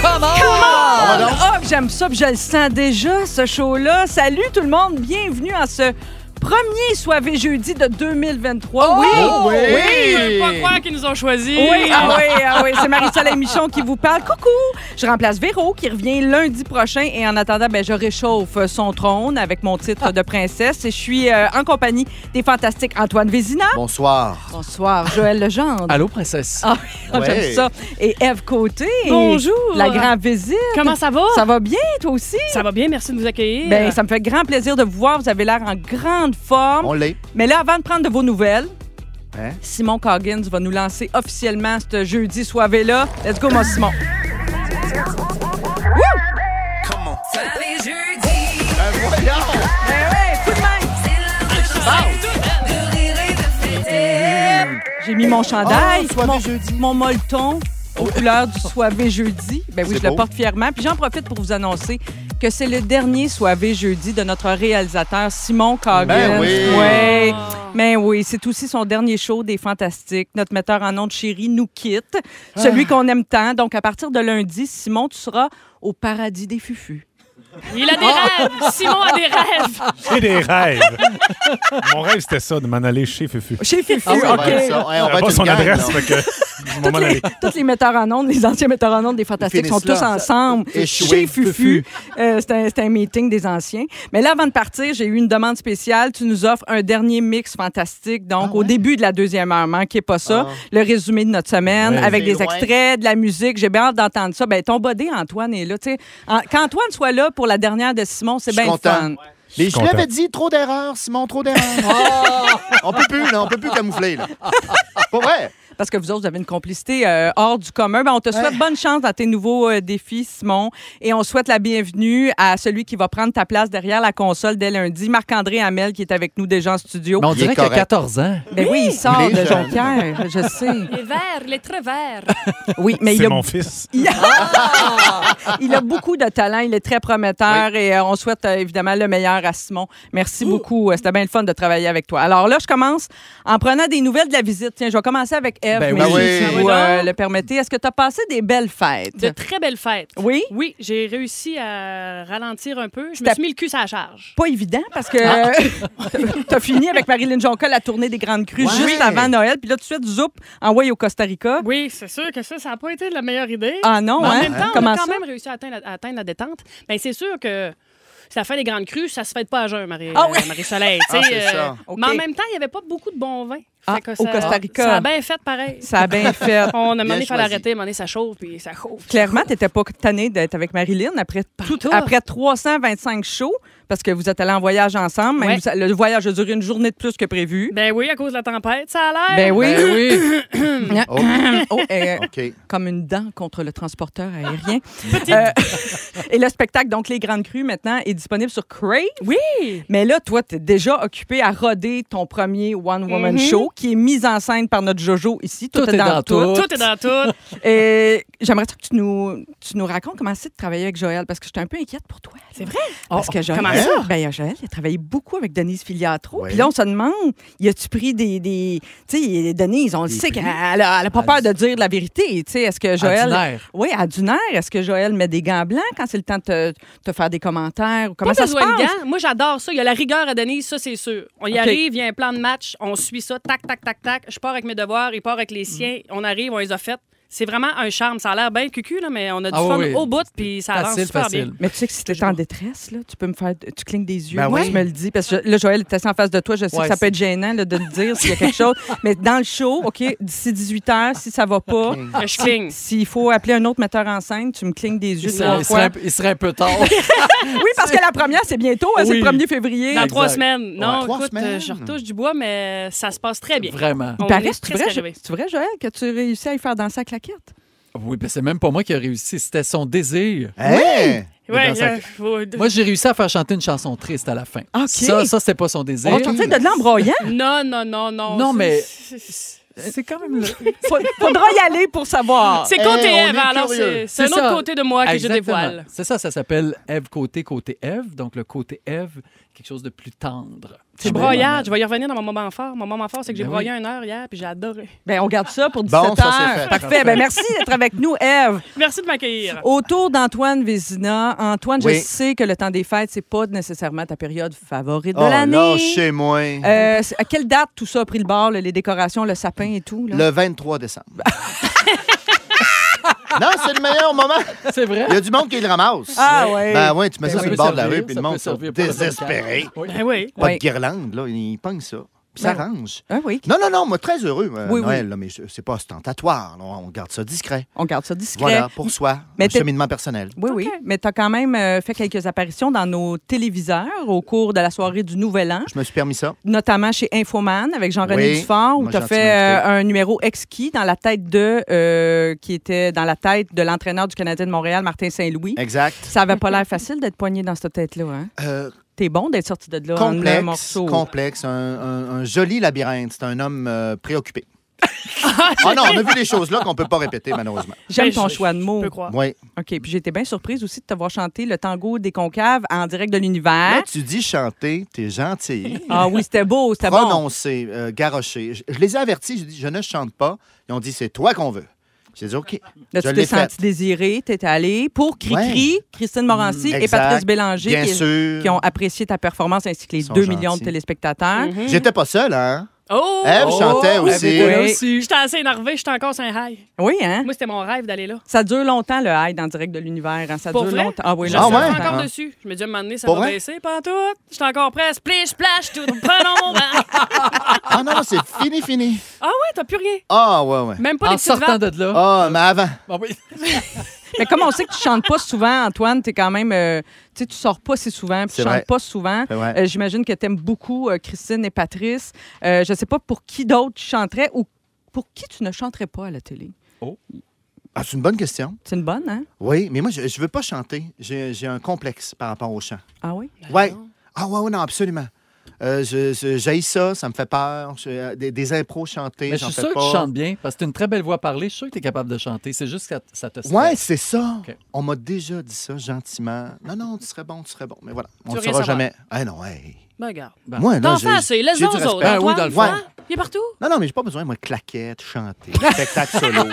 Come on! Ah, puis j'aime ça, puis je le sens déjà, ce show-là. Salut tout le monde, bienvenue à ce premier soirée jeudi de 2023. Oh, oui! Oh, oui! Je peux pas croire qu'ils nous ont choisis. Oui, ah oui, ah oui, c'est Marie-Soleil Michon qui vous parle. Coucou! Je remplace Véro qui revient lundi prochain et en attendant, ben, je réchauffe son trône avec mon titre de princesse et je suis euh, en compagnie des fantastiques Antoine Vézina. Bonsoir. Bonsoir, Joël Legendre. Allô, princesse. Ah, oui, Ouais. j'aime ça. Et Eve Côté. Bonjour. La grande visite. Comment ça va? Ça va bien, toi aussi? Ça va bien, merci de nous accueillir. Ben, ça me fait grand plaisir de vous voir. Vous avez l'air en grande forme. On l'est. Mais là, avant de prendre de vos nouvelles, Hein? Simon Coggins va nous lancer officiellement ce jeudi soirée-là. Let's go, mon Simon. Ben voyons! J'ai mis mon chandail, Oh, soirée mon, jeudi. Oh. mon molleton aux couleurs du soirée jeudi. Ben oui, C'est je le beau. porte fièrement. Puis j'en profite pour vous annoncer que c'est le dernier soirée jeudi de notre réalisateur Simon Coggins. Ben oui. Ouais. Mais oui, c'est aussi son dernier show des Fantastiques. Notre metteur en ondes chéri nous quitte, Ah. celui qu'on aime tant. Donc, à partir de lundi, Simon, tu seras au paradis des fufus. Il a des Ah! rêves. Simon a des rêves. J'ai des rêves. Mon rêve, c'était ça, de m'en aller chez Fufu. Chez Fufu, Ah oui, on OK. va être ça. Hey, on J'avais va pas être son une gang, adresse, là. fait que je m'en Tous les, allais. tous les metteurs en ondes, les anciens metteurs en ondes des Fantastiques sont finissent tous là. ensemble Échoué. chez Fufu. Euh, c'est un, c'est un meeting des anciens. Mais là, avant de partir, j'ai eu une demande spéciale. Tu nous offres un dernier mix fantastique, donc Ah au début de la deuxième heure. Manquez pas ça. Le résumé de notre semaine Ouais. avec C'est des loin. extraits, de la musique. J'ai bien hâte d'entendre ça. Ben, ton body, Antoine, est là. tu sais. En- Quand Antoine soit là pour la dernière de Simon, c'est Je suis bien le content. fun. Mais je content. l'avais dit, trop d'erreurs, Simon, trop d'erreurs. Ah! on peut plus, là, on peut plus camoufler, là. Pas vrai? parce que vous autres, vous avez une complicité euh, hors du commun. Ben, on te souhaite bonne chance dans tes nouveaux euh, défis, Simon. Et on souhaite la bienvenue à celui qui va prendre ta place derrière la console dès lundi, Marc-André Hamel, qui est avec nous déjà en studio. Mais on Il est dirait qu'il a correct. 14 ans. Ben oui, il sort Il de est jeune. Jonquière, je sais. Il est vert, il est très vert. Oui, mais il C'est a, mon fils. Ah! il a beaucoup de talent, il est très prometteur et euh, on souhaite euh, évidemment le meilleur à Simon. Merci beaucoup, Euh, c'était bien le fun de travailler avec toi. Alors là, je commence en prenant des nouvelles de la visite. Tiens, je vais commencer avec Eve, Ben mais oui. si Ben vous oui. euh, le permettez. Est-ce que tu as passé des belles fêtes? De très belles fêtes. Oui? Oui, j'ai réussi à ralentir un peu. Je me C'était- suis mis le cul à la charge. pas évident parce que Ah! t'as fini avec Marilyn Jonca la tournée des Grandes Crues Ouais. juste avant Noël, puis là tout de suite zoup envoyé au Costa Rica. Oui, c'est sûr que ça, ça n'a pas été la meilleure idée. Ah non, Mais en hein? même temps, on Comment a quand ça? même réussi à atteindre, à atteindre la détente. Bien, c'est sûr que ça fait des grandes crues, ça se fête pas à jeun, Marie- Ah ouais. euh, Marie-Soleil. tu Ah, sais, c'est ça. OK. Mais en même temps, il n'y avait pas beaucoup de bons vins. Ah, Fait que au Costa Rica. Ça a bien fait pareil. Ça a bien fait. On a demandé Bien de faire choisi. l'arrêter, à un moment donné, ça chauffe, puis ça chauffe. Clairement, t'étais pas tannée d'être avec Marilyn après, Tout à- après 325 shows parce que vous êtes allés en voyage ensemble. Même Ouais. ça- Le voyage a duré une journée de plus que prévu. Ben oui, à cause de la tempête, ça a l'air. Ben oui. Ben Ben oui. Oh, OK. euh, comme une dent contre le transporteur aérien. Ben, Euh, et le spectacle, donc Les Grandes Crues, maintenant, est disponible sur Crave. Oui. Mais là, toi, t'es déjà occupé à roder ton premier One Woman Show qui est mis en scène par notre Jojo ici. Tout, est dans, tout. Tout est dans tout. Et Euh, j'aimerais ça que tu nous, tu nous racontes comment c'est de travailler avec Joël parce que j'étais un peu inquiète pour toi. C'est vrai? Oh, Parce que Joël, comment ça? Ben, euh, Joël, il a travaillé beaucoup avec Denise Filiatro. Ouais. Puis là, on se demande, y a-tu pris des. des tu sais, Denise, on le Des sait prix. qu'elle n'a pas peur de dire la vérité. Tu sais, est-ce que Joël. du nerf. Oui, à du nerf. Est-ce que Joël met des gants blancs quand c'est le temps de te, te faire des commentaires ou comment Pas ça se besoin de passe? gants. Moi, j'adore ça. Il y a la rigueur à Denise, ça, c'est sûr. On y OK. arrive, il y a un plan de match, on suit ça, tac, tac, tac, tac. Je pars avec mes devoirs, il part avec les siens, on arrive, on les a faites. C'est vraiment un charme. Ça a l'air bien cucu, là, mais on a du Ah oui, fun oui. au bout, puis ça avance Facile, super facile. bien. Mais tu sais que si t'es en détresse, là, tu peux me faire. Tu clignes des yeux. Ben moi, oui. je me le dis. Parce que je- là, Joël était assis en face de toi. Je sais Ouais, que ça c'est- peut être gênant là, de le dire s'il y a quelque chose. Mais dans le show, OK, d'ici 18 h, si ça va pas, Je cligne. s'il faut appeler un autre metteur en scène, tu me clignes des Il yeux serait, trois il serait un fois. peu- il serait un peu tard. Oui, parce que la première, c'est bientôt. hein, C'est Oui. le 1er février. Dans Exact. trois semaines. Non, Ouais. Trois écoute, semaines. euh, je retouche du bois, mais ça se passe très bien. Vraiment. On Il paraît, est c'est presque vrai, Jo- arrivé. c'est vrai, Joël, que tu réussis à y faire danser la claquette. Oui, ben c'est même pas moi qui a réussi. C'était son désir. Hey! Oui, dans sa- Moi, j'ai réussi à faire chanter une chanson triste à la fin. OK. Ça, ça c'était pas son désir. On va sortir de là en broyant. Non, non, non, non. Non, mais- C'est C'est quand même le... Faut- Faudra y aller pour savoir. Ah, c'est Eh, côté on Ève, est alors curieux. c'est c'est un C'est autre ça. côté de moi que je Exactement. dévoile. C'est ça, ça s'appelle Ève côté, côté Ève. Donc, le côté Ève, quelque chose de plus tendre. C'est broyade. Je vais y revenir dans mon moment fort. Mon moment fort, c'est que j'ai Ben broyé une heure hier, puis j'ai adoré. Ben, on garde ça pour 17 Bon, ça, c'est heures. fait. Parfait. Ben, merci d'être avec nous, Eve. Merci de m'accueillir. Oh. Autour d'Antoine Vézina. Antoine, je Oui. sais que le temps des fêtes, c'est pas nécessairement ta période favorite de Oh, là, l'année. chez moi. Euh, c'est- à quelle date tout ça a pris le bord, là, les décorations, le sapin et tout? Là? Le 23 décembre. non, c'est le meilleur moment. C'est vrai? Il y a du monde qui le ramasse. Ah ouais. Ben ouais, tu mets Ben ça oui. sur le bord de la Ça peut rue, puis le servir, monde ça sont peut servir pour le désespérés. Oui. Ben oui. Pas Oui. de guirlande, là. Ils pognent ça. Puis ça arrange. Ah oui, Non, non, non, moi, très heureux, euh, Oui, Noël, là, mais c'est c'est pas ostentatoire. là, on garde ça discret. on garde ça discret. Voilà, pour soi, Mais un t'es- cheminement personnel. Oui, oui, mais tu as quand même euh, fait quelques apparitions dans nos téléviseurs au cours de la soirée du Nouvel An, Je me suis permis ça. notamment chez Infoman avec Jean-René Oui. Dufort, où Moi, tu as gentiment fait euh, un numéro exquis dans la tête de, euh, qui était dans la tête de l'entraîneur du Canadien de Montréal, Martin Saint-Louis. Exact. Ça avait pas l'air facile d'être poigné dans cette tête-là. Hein? Euh, T'es bon d'être sorti de là en un complexe, morceau. complexe, un, un- un joli labyrinthe. C'est un homme euh, préoccupé. Ah non, on a vu des choses là qu'on peut pas répéter, malheureusement. J'aime Ben, ton je- choix de mots. Je peux croire. Oui. OK, puis j'étais bien surprise aussi de t'avoir chanté le tango des concaves en direct de l'univers. Là, tu dis chanter, t'es gentil. Ah oui, c'était beau, c'était bon. Prononcer, euh, garrocher. Je, je les ai avertis, je dis, je ne chante pas. Ils ont dit, c'est toi qu'on veut. J'ai dit, OK. Là, je tu l'ai t'es fait. senti désiré, t'es allé pour Cricri, Christine Morancy et Mm, Exact. Patrice Bélanger Bien qui, sûr. qui ont apprécié ta performance ainsi que les Ils sont 2 millions de gentils. téléspectateurs. J'étais pas seul, hein? Oh! Ève chantait Oh, aussi. Ève était là Oui. aussi. J'étais assez énervée, j'étais encore sur un high. Oui, hein? Moi, c'était mon rêve d'aller Ah là. Ça dure longtemps, le high dans direct de l'univers. hein? Ça Pour dure vrai? longtemps. Ah oui, Je là, Ah surfe ouais? encore Ah. dessus. Je me dis, à un moment donné, ça Pour va vrai? baisser, pas en tout. J'étais encore prêt. Splish, splash, tout. Prenons mon bain. Ah non, c'est fini, fini. Ah ouais, t'as plus rien. Ah, ouais, ouais. Même pas En les petites sortant vagues. de là. Ah, mais avant. Ah oui. Mais comme on sait que tu chantes pas souvent, Antoine, t'es quand même. euh, tu sais, tu sors pas si souvent, puis tu C'est chantes vrai. pas souvent. C'est vrai. Euh, J'imagine que t'aimes beaucoup euh, Christine et Patrice. Euh, je sais pas pour qui d'autre tu chanterais ou pour qui tu ne chanterais pas à la télé. Ah, c'est une bonne question. C'est une bonne, hein? Oui, mais moi, je, je veux pas chanter. J'ai j'ai un complexe par rapport au chant. Ah oui? Ben Ouais. Ah, ouais, ouais, non, absolument. Euh, je, je- j'haïs ça, ça me fait peur. Je- euh, des, des impros chantés, Mais je j'en suis fais sûr que pas. tu chantes bien, parce que tu une très belle voix parlée. Je suis sûr que tu es capable de chanter. C'est juste que ça- ça te stresse. Ouais, c'est ça. OK. On m'a déjà dit ça gentiment. Non, non, tu serais bon, tu serais bon. Mais voilà, on veux ne rien saura savoir. jamais. Ah non, hey. Ben, regarde. Ben, Moi, non, T'en j'ai, fais assez. Laisse-le j'ai aux du respect. Ah autres. Ben oui, Antoine, dans le fond. hein? Il est partout. Non, non, mais j'ai pas besoin, moi, de claquettes, chanter, spectacle solo.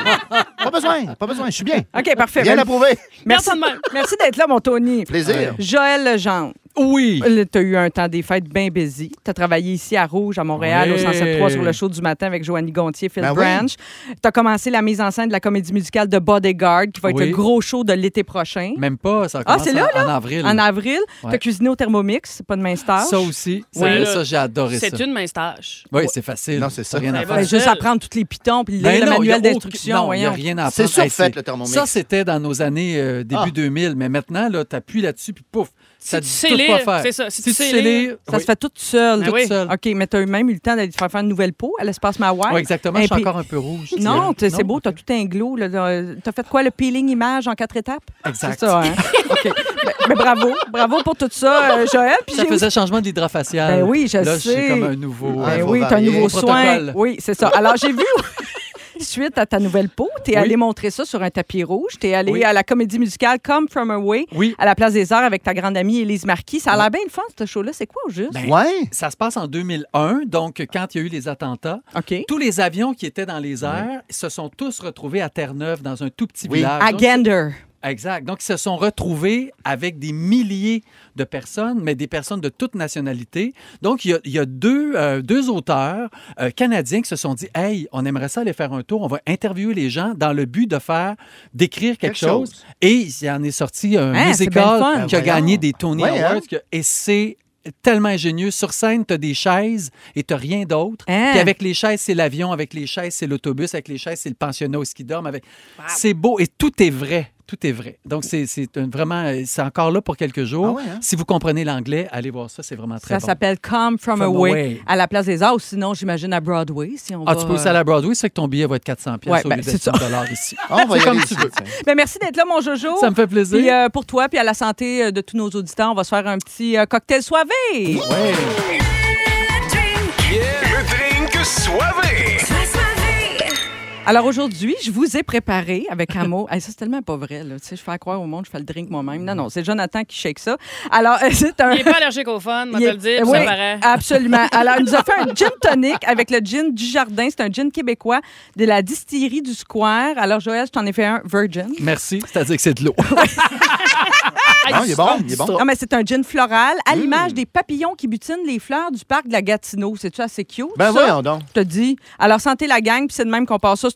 Pas besoin, pas besoin, je suis bien. OK, parfait. Rien à prouver. Merci, Personne même. merci d'être là, mon Tony. Euh, Plaisir. Joël Legendre, Oui. tu as eu un temps des fêtes bien busy. Tu as travaillé ici à Rouge, à Montréal, Oui. au 107.3 sur le show du matin avec Joanny Gontier, Phil Ben oui. Branch. Tu as commencé la mise en scène de la comédie musicale de Bodyguard, qui va être Oui. le gros show de l'été prochain, Même pas, ça Ah, commence c'est là, en, en avril. en avril. Tu as Ouais. cuisiné au Thermomix, c'est pas de mince tâche. Ça aussi, ça, Oui. là, ça, j'ai adoré ça. C'est une mince tâche. Oui, c'est facile. Non, c'est ça. Rien à Ben, faire. Ben, juste Seul. apprendre tous les pitons puis Ben lire le non, y a manuel aucun- d'instruction, Non, il n'y a voyons. rien à apprendre. C'est Hey, surfait, le Thermomix. Ça, c'était dans nos années euh, début Ah. 2000. Mais maintenant, là, t'appuies là-dessus, puis pouf, ça tu dit sais tout lire, quoi faire. c'est ça. Si tu sais lire, Ça oui. se fait tout seul. Ben oui. seul. OK, mais tu as eu même eu le temps d'aller te faire faire une nouvelle peau à l'espace Mawai. Ouais, exactement, je suis Et puis- encore un peu rouge. Non, tu sais. t'es- c'est beau, t'as tout un glow. là. Euh, T'as fait quoi, le peeling image en quatre étapes? Exact. C'est ça, hein? OK. Ben- ben bravo, bravo pour tout ça, euh, Joël. Puis Ça j'ai faisait changement de l'hydrafacial. Ben oui, je là, sais. j'ai comme un nouveau. euh, Ouais, Ben faut oui, t'as un varier. nouveau soin. Protocole. Oui, c'est ça. Alors, j'ai vu, suite à ta nouvelle peau, t'es allé montrer ça sur un tapis rouge. T'es allé Oui. à la comédie musicale Come From Away Oui. à la Place des Arts avec ta grande amie Élise Marquis. Ça a l'air bien le fun, ce show-là. C'est quoi, au juste? Ben, Ouais. Ça se passe en 2001, donc quand il y a eu les attentats. OK. Tous les avions qui étaient dans les airs se sont tous retrouvés à Terre-Neuve, dans un tout petit Oui. village. À Donc, Gander. Exact. Donc, ils se sont retrouvés avec des milliers de personnes, mais des personnes de toute nationalité. Donc, il y a, il y a deux, euh, deux auteurs euh, canadiens qui se sont dit Hey, on aimerait ça aller faire un tour. On va interviewer les gens dans le but de faire, d'écrire quelque, Quelque chose. chose. Et il en est sorti un Hein, c'est bien le fun. musical qui a Ben voyons. gagné des Tony Ouais, Awards. hein? que- et c'est tellement ingénieux. Sur scène, tu as des chaises et tu rien d'autre. Hein? Puis avec les chaises, c'est l'avion. Avec les chaises, c'est l'autobus. Avec les chaises, c'est le pensionnat où ils dorment. Avec... C'est beau et tout est vrai. Tout est vrai. Donc, c'est c'est un- vraiment, euh, c'est encore là pour quelques jours. Ah ouais, hein? Si vous comprenez l'anglais, allez voir ça, c'est vraiment très Ça bon. s'appelle Come From, From away, Away. à la place des arts, ou sinon, j'imagine, à Broadway. Si on Ah, va, tu peux aussi euh, aller à Broadway, c'est que ton billet va être 400 pièces Ouais, au ben, lieu de c'est ça. 100 dollars ici. Ah, on va y C'est aller comme ici, tu veux. tiens. Ben, merci d'être là, mon Jojo. Ça me fait plaisir. Hein? Puis euh, pour toi, puis à la santé euh, de tous nos auditeurs, on va se faire un petit euh, cocktail soivé. Le drink soivé. Alors aujourd'hui, je vous ai préparé avec un mot. Hey, ça, c'est tellement pas vrai. Là. Tu sais, je fais croire au monde, je fais le drink moi-même. Non, non, c'est Jonathan qui shake ça. Alors, euh, c'est un. Il n'est pas allergique au fun, moi, te Il est- eh le dire, oui, Ah, ça paraît. absolument. Alors, il nous a fait un gin tonic avec le gin du jardin. C'est un gin québécois de la distillerie du Square. Alors, Joël, je t'en ai fait un virgin. Merci, c'est-à-dire que c'est de l'eau. Non, Ah, il est bon, il est bon. Non, mais c'est un gin floral Mmh. à l'image des papillons qui butinent les fleurs du parc de la Gatineau. C'est-tu assez cute? Ben ça? voyons donc. Je te dis. Alors, sentez la gang, puis c'est de même qu'on passe ça,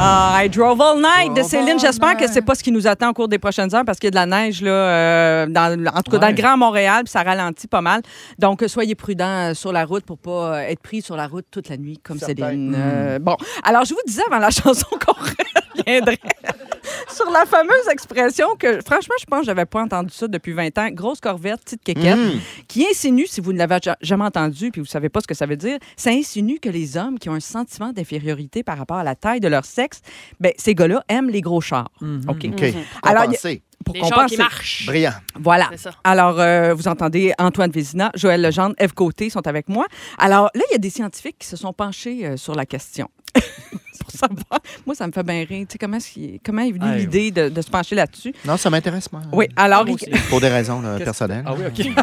Ah, I drove all night de Drove Céline. all J'espère que night. c'est pas ce qui nous attend au cours des prochaines heures parce qu'il y a de la neige, là, euh, dans, en tout cas dans Ouais. le Grand Montréal, puis ça ralentit pas mal. Donc, euh, soyez prudents euh, sur la route pour pas euh, être pris sur la route toute la nuit, comme Certain. Céline. Euh, bon, alors, je vous disais avant la chanson qu'on reviendrait sur la fameuse expression que, franchement, je pense que j'avais pas entendu ça depuis 20 ans. Grosse corvette, petite quéquette, qui insinue, si vous ne l'avez ja- jamais entendu puis vous savez pas ce que ça veut dire, ça insinue que les hommes qui ont un sentiment d'infériorité par rapport à la taille de leur sexe, ben, ces gars-là aiment les gros chars. OK. OK. Mhm. Alors, il y a- Compensé. Pour Ah. Les gens qui compenser. marchent. Brillant. Voilà. C'est ça. Alors, euh, vous entendez Antoine Vézina, Joël Legendre, Eve Côté sont avec moi. Alors, là, il y a des scientifiques qui se sont penchés euh, sur la question. Pour savoir. Moi, ça me fait bien rire. Tu sais, comment, est-ce qu'il- comment est venue Ah, oui. l'idée de, de se pencher là-dessus? Non, ça m'intéresse, moi. Oui, alors, il- Pour des raisons là, personnelles. Ah oui, OK.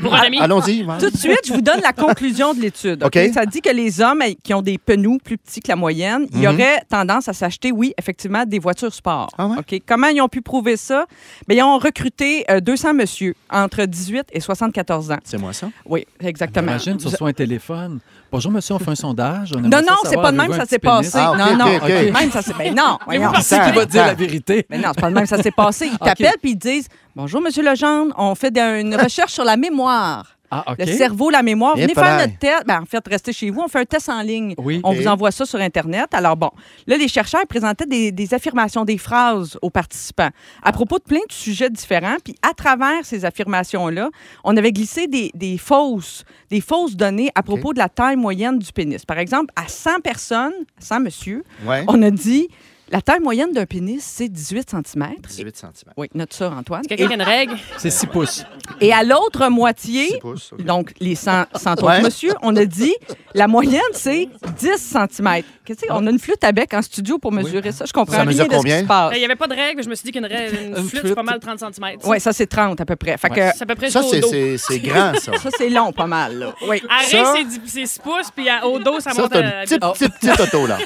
Pour un ami. Allons-y. ouais. tout de suite, je vous donne la conclusion de l'étude. OK. OK? Ça dit que les hommes euh, qui ont des penoux plus petits que la moyenne, ils Mhm. auraient tendance à s'acheter, oui, effectivement, des voitures sport. Ah ouais? OK? Comment ils ont pu prouver ça? Bien, ils ont recruté euh, 200 messieurs entre 18 et 74 ans. C'est moi ça. Oui, exactement. Imagine, sur soit un téléphone. Bonjour, monsieur, on fait un sondage. Non, non, c'est pas de même ça s'est passé. pénis? Ah, non, ok, non, ok, c'est ok. de même ça s'est... Ben non, voyons. C'est qui va te dire la vérité. Mais non, c'est pas de même ça s'est passé. Ils t'appellent puis ils disent « Bonjour, Monsieur Legendre, on fait de- une recherche sur la mémoire. Ah, OK. Le cerveau, la mémoire. Et Venez palais. faire notre test. Ben, en fait, restez chez vous. On fait un test en ligne. Oui. On Et- vous envoie ça sur Internet. Alors bon, là, les chercheurs ils présentaient des, des affirmations, des phrases aux participants à propos de plein de sujets différents. Puis à travers ces affirmations-là, on avait glissé des, des fausses, des fausses données à propos de la taille moyenne du pénis. Par exemple, à 100 personnes, 100 monsieur, Ouais. on a dit la taille moyenne d'un pénis, c'est 18 cm. 18 cm. Oui, note ça, Antoine. Quelqu'un qui a une règle. C'est 6 pouces. Et, et à l'autre moitié, 6 pouces. ok. donc, les 100, 100 autres Ouais. monsieur, on a dit, la moyenne, c'est 10 cm. Qu'est-ce que On a une flûte à bec en studio pour mesurer ça. Je comprends Ça rien mesure de ce qui combien? se passe. Il n'y avait pas de règle, mais je me suis dit qu'une règle- une Une flûte, flûte. c'est pas mal 30 cm. Oui, ça, c'est 30 à peu près. Fait que, C'est à peu près Ça, jusqu'au c'est- dos. c'est c'est grand, ça. ça, c'est long, pas mal. là. Oui. Arrêt, Ça- c'est dix- c'est 6 pouces, puis à- au dos, ça, Ça, monte c'est à... une petite, petite, petite auto, là.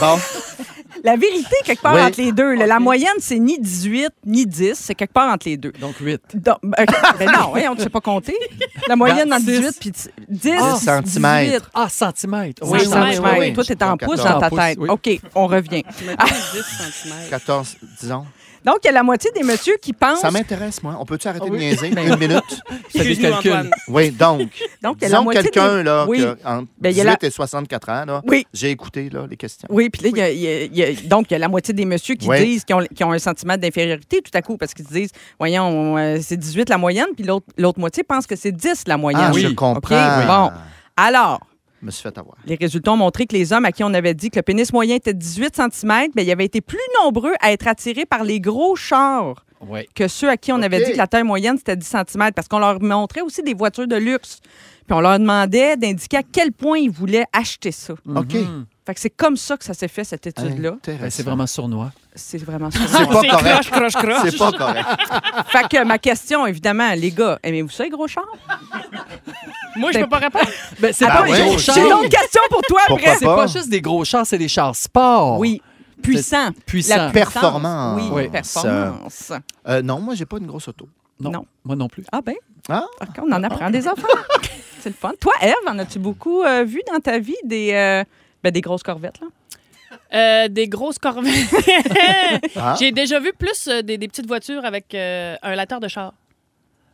Bon, La vérité, quelque part Oui. entre les deux, là, la moyenne, c'est ni 18 ni 10. C'est quelque part entre les deux. Donc 8. Donc, ben, ben non, hein, on ne sait pas compter. La moyenne Ben, entre six. 18 puis 10. 10 Ah. centimètres. 18. Ah, centimètres. Oui, Oui, oui, centimètres. oui. Toi, t'es en Donc, pouce dans ta 14. tête. Oui. OK, on revient. Mettons 10 cm. 14, disons. Donc, il y a la moitié des messieurs qui pensent Ça m'intéresse, moi. On peut-tu arrêter Ah de niaiser une minute? C'est des Excuse-nous, calculs. Antoine. Oui, donc. Donc, Ben il y a la disons moitié des- quelqu'un, là, Oui. qui a entre Ben, il y a 18 la- et 64 ans, là. Oui. J'ai écouté, là, les questions. Oui, puis là, il y a- il y a- il y a- donc, il y a la moitié des messieurs qui Ouais. disent qu'ils ont, qu'ils ont un sentiment d'infériorité tout à coup parce qu'ils se disent, voyons, euh, c'est 18 la moyenne, puis l'autre l'autre moitié pense que c'est 10 la moyenne. Ah, Oui, je ok, comprends. bon. Alors, Je me suis fait avoir. les résultats ont montré que les hommes à qui on avait dit que le pénis moyen était 18 cm, ben, ils avaient été plus nombreux à être attirés par les gros chars Oui. ben, que ceux à qui on avait OK. dit que la taille moyenne, c'était 10 cm, parce qu'on leur montrait aussi des voitures de luxe. Puis on leur demandait d'indiquer à quel point ils voulaient acheter ça. OK. Fait que c'est comme ça que ça s'est fait, cette étude-là. Intéressant. Mhm. Ben, c'est vraiment sournois. C'est vraiment C'est ça. pas C'est croche, correct. croche, croche. C'est pas correct. fait que ma question, évidemment, les gars, aimez-vous ça, les gros chars? Moi, je peux pas répondre. Ben, c'est Ah pas ouais, un gros oui. char. J'ai d'autres questions pour toi après. Pourquoi C'est pas juste des gros chars, c'est des chars sport. Oui. Puissant. Puissant. La puissance. Performance. Oui, Oui. performance. Euh, non, moi, j'ai pas une grosse auto. Non, Non. Moi non plus. Ah ben, Ah, par contre, on en apprend des enfants. C'est le fun. Toi, Eve, en as-tu beaucoup euh, vu dans ta vie des, euh, ben, des grosses corvettes, là? Euh, des grosses corvettes. Ah. J'ai déjà vu plus euh, des, des petites voitures avec euh, un lateur de char.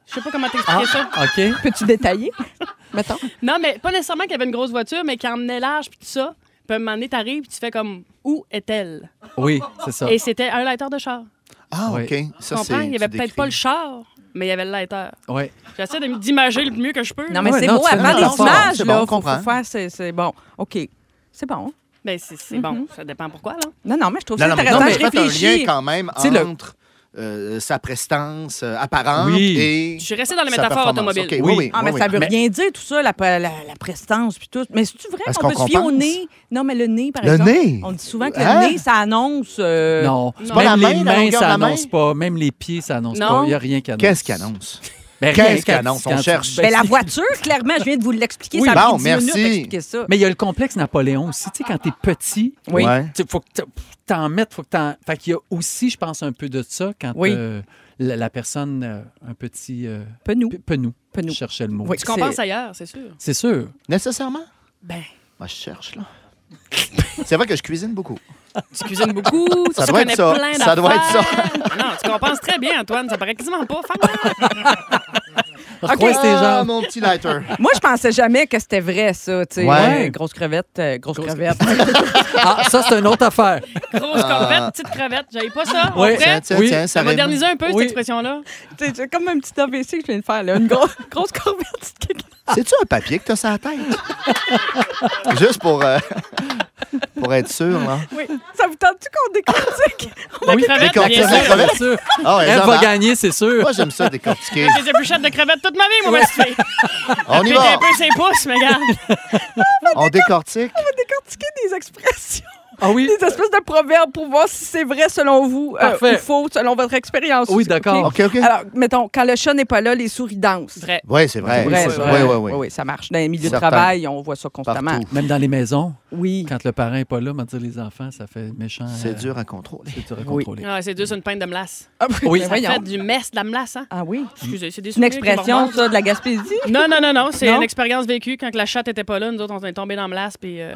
Je sais pas comment t'expliquer ça. OK. Peux-tu détailler? Mettons. Non, mais pas nécessairement qu'il y avait une grosse voiture, mais qui emmenait large puis tout ça. Puis à un moment donné, t'arrives puis tu fais comme Où est-elle? Oui, c'est ça. Et c'était un lighter de char. Ah, OK. Oui. Tu Ah. Ça, comprends? c'est. Il y tu avait peut-être décris. pas le char, mais il y avait le lighter. Ouais. J'essaie de m- d'imager le mieux que je peux. Non, là. mais Ouais, c'est non, beau tu fais avant une les métaphore. images, là. C'est bon, faut, faut comprends. faire, c'est, c'est bon. OK. C'est bon. Ben, c'est c'est Mhm. bon. Ça dépend pourquoi, là. Non, non, mais je trouve Non, ça non, mais intéressant. non, mais je faites réfléchis. un lien quand même Tu sais, le- entre euh, sa prestance euh, apparente Oui. et. Je suis restée dans la sa métaphore performance. automobile. OK, Oui, oui. Ah, mais oui, ça oui. veut rien dire, tout ça, la, la, la prestance puis tout. Mais c'est-tu vrai Est-ce qu'on peut qu'on se fier au compense? nez? Non, mais le nez, par Le exemple. nez? On dit souvent que Hein? le nez, ça annonce... euh, Non. C'est Même pas la les main, la mains, longueur ça de la main? annonce pas. Même les pieds, ça annonce Non. pas. Il n'y a rien qui annonce. Qu'est-ce qu'il annonce? Ben, qu'est-ce rien qu'il annonce? On quand tu- cherche. Ben, Ben, la c'est- voiture, clairement, je viens de vous l'expliquer. Oui, ça a bon, pris 10 minutes merci. d'expliquer ça. Mais il y a le complexe Napoléon aussi. Tu sais, quand t'es petit, Oui. Ouais. tu- faut que t'a- t'en mettes, faut que t'en... Fait qu'il y a aussi, je pense, un peu de ça quand Oui. euh, la, la personne, euh, un petit... euh, Pas nous. pe- penou. Penou. Je cherchais le mot. Oui. Tu compenses ailleurs, c'est sûr. C'est sûr. Nécessairement? Ben, Moi, je cherche, là. C'est vrai que je cuisine beaucoup. tu cuisines beaucoup, Ça tu doit connais être ça. plein Ça doit être ça. d'affaires. Non, tu compenses très bien, Antoine. Ça paraît quasiment pas. Femme, Recroise tes Ah, jambes. mon petit lighter. Moi, je pensais jamais que c'était vrai, ça. tu sais. Ouais. Euh, grosse crevette, euh, grosse, Grosse crevette. Ah, ça, c'est une autre affaire. grosse corvette, petite crevette. J'avais pas ça. On Oui. est prêt? Tiens, tiens, Oui. tiens, Ah. ça Ça va. modernisait un peu Oui. cette expression-là. C'est c'est comme un petit AVC que je viens de faire, là. Une grosse, grosse corvette. petite kékette. C'est-tu un papier que t'as sur la tête? Juste pour, euh, pour être sûr, là. Oui. Ça vous tente-tu qu'on décortique? La crevette, Les bien corvettes. sûr. crevette. C'est sûr. Ah, ouais, Elle j'en va ai- gagner, c'est sûr. Moi, j'aime ça décortiquer. J'ai des épluchettes de crevette toute ma vie, moi, parce que j'ai On y pété un va. peu ses pouces, mais regarde. On décortique. On va décortiquer des expressions, Ah oui? des espèces de proverbes pour voir si c'est vrai selon vous euh, Parfait. ou faux, selon votre expérience. Oui, d'accord. OK, OK. Alors, mettons, quand le chat n'est pas là, les souris dansent. Vrai. Oui, c'est vrai. C'est vrai, Oui, c'est vrai. oui, oui. Oui, ça marche. Dans les milieux de Certain. travail, on voit ça constamment. Partout. Même dans les maisons, Oui. quand le parent n'est pas là, m'a dit les enfants, ça fait méchant. euh, C'est dur à contrôler. C'est dur à Oui. contrôler. Ah, c'est dur, c'est une peine de melasse. Ah, Oui. ben Ça voyons. fait du mess de la melasse, hein? Ah oui. Excusez, c'est des C'est souvenirs une qui me expression, remontent. ça, de la Gaspésie. Non, non, non, non. C'est Non? une expérience vécue. Quand la chatte était pas là, nous autres, on est tombés dans melasse, puis. euh,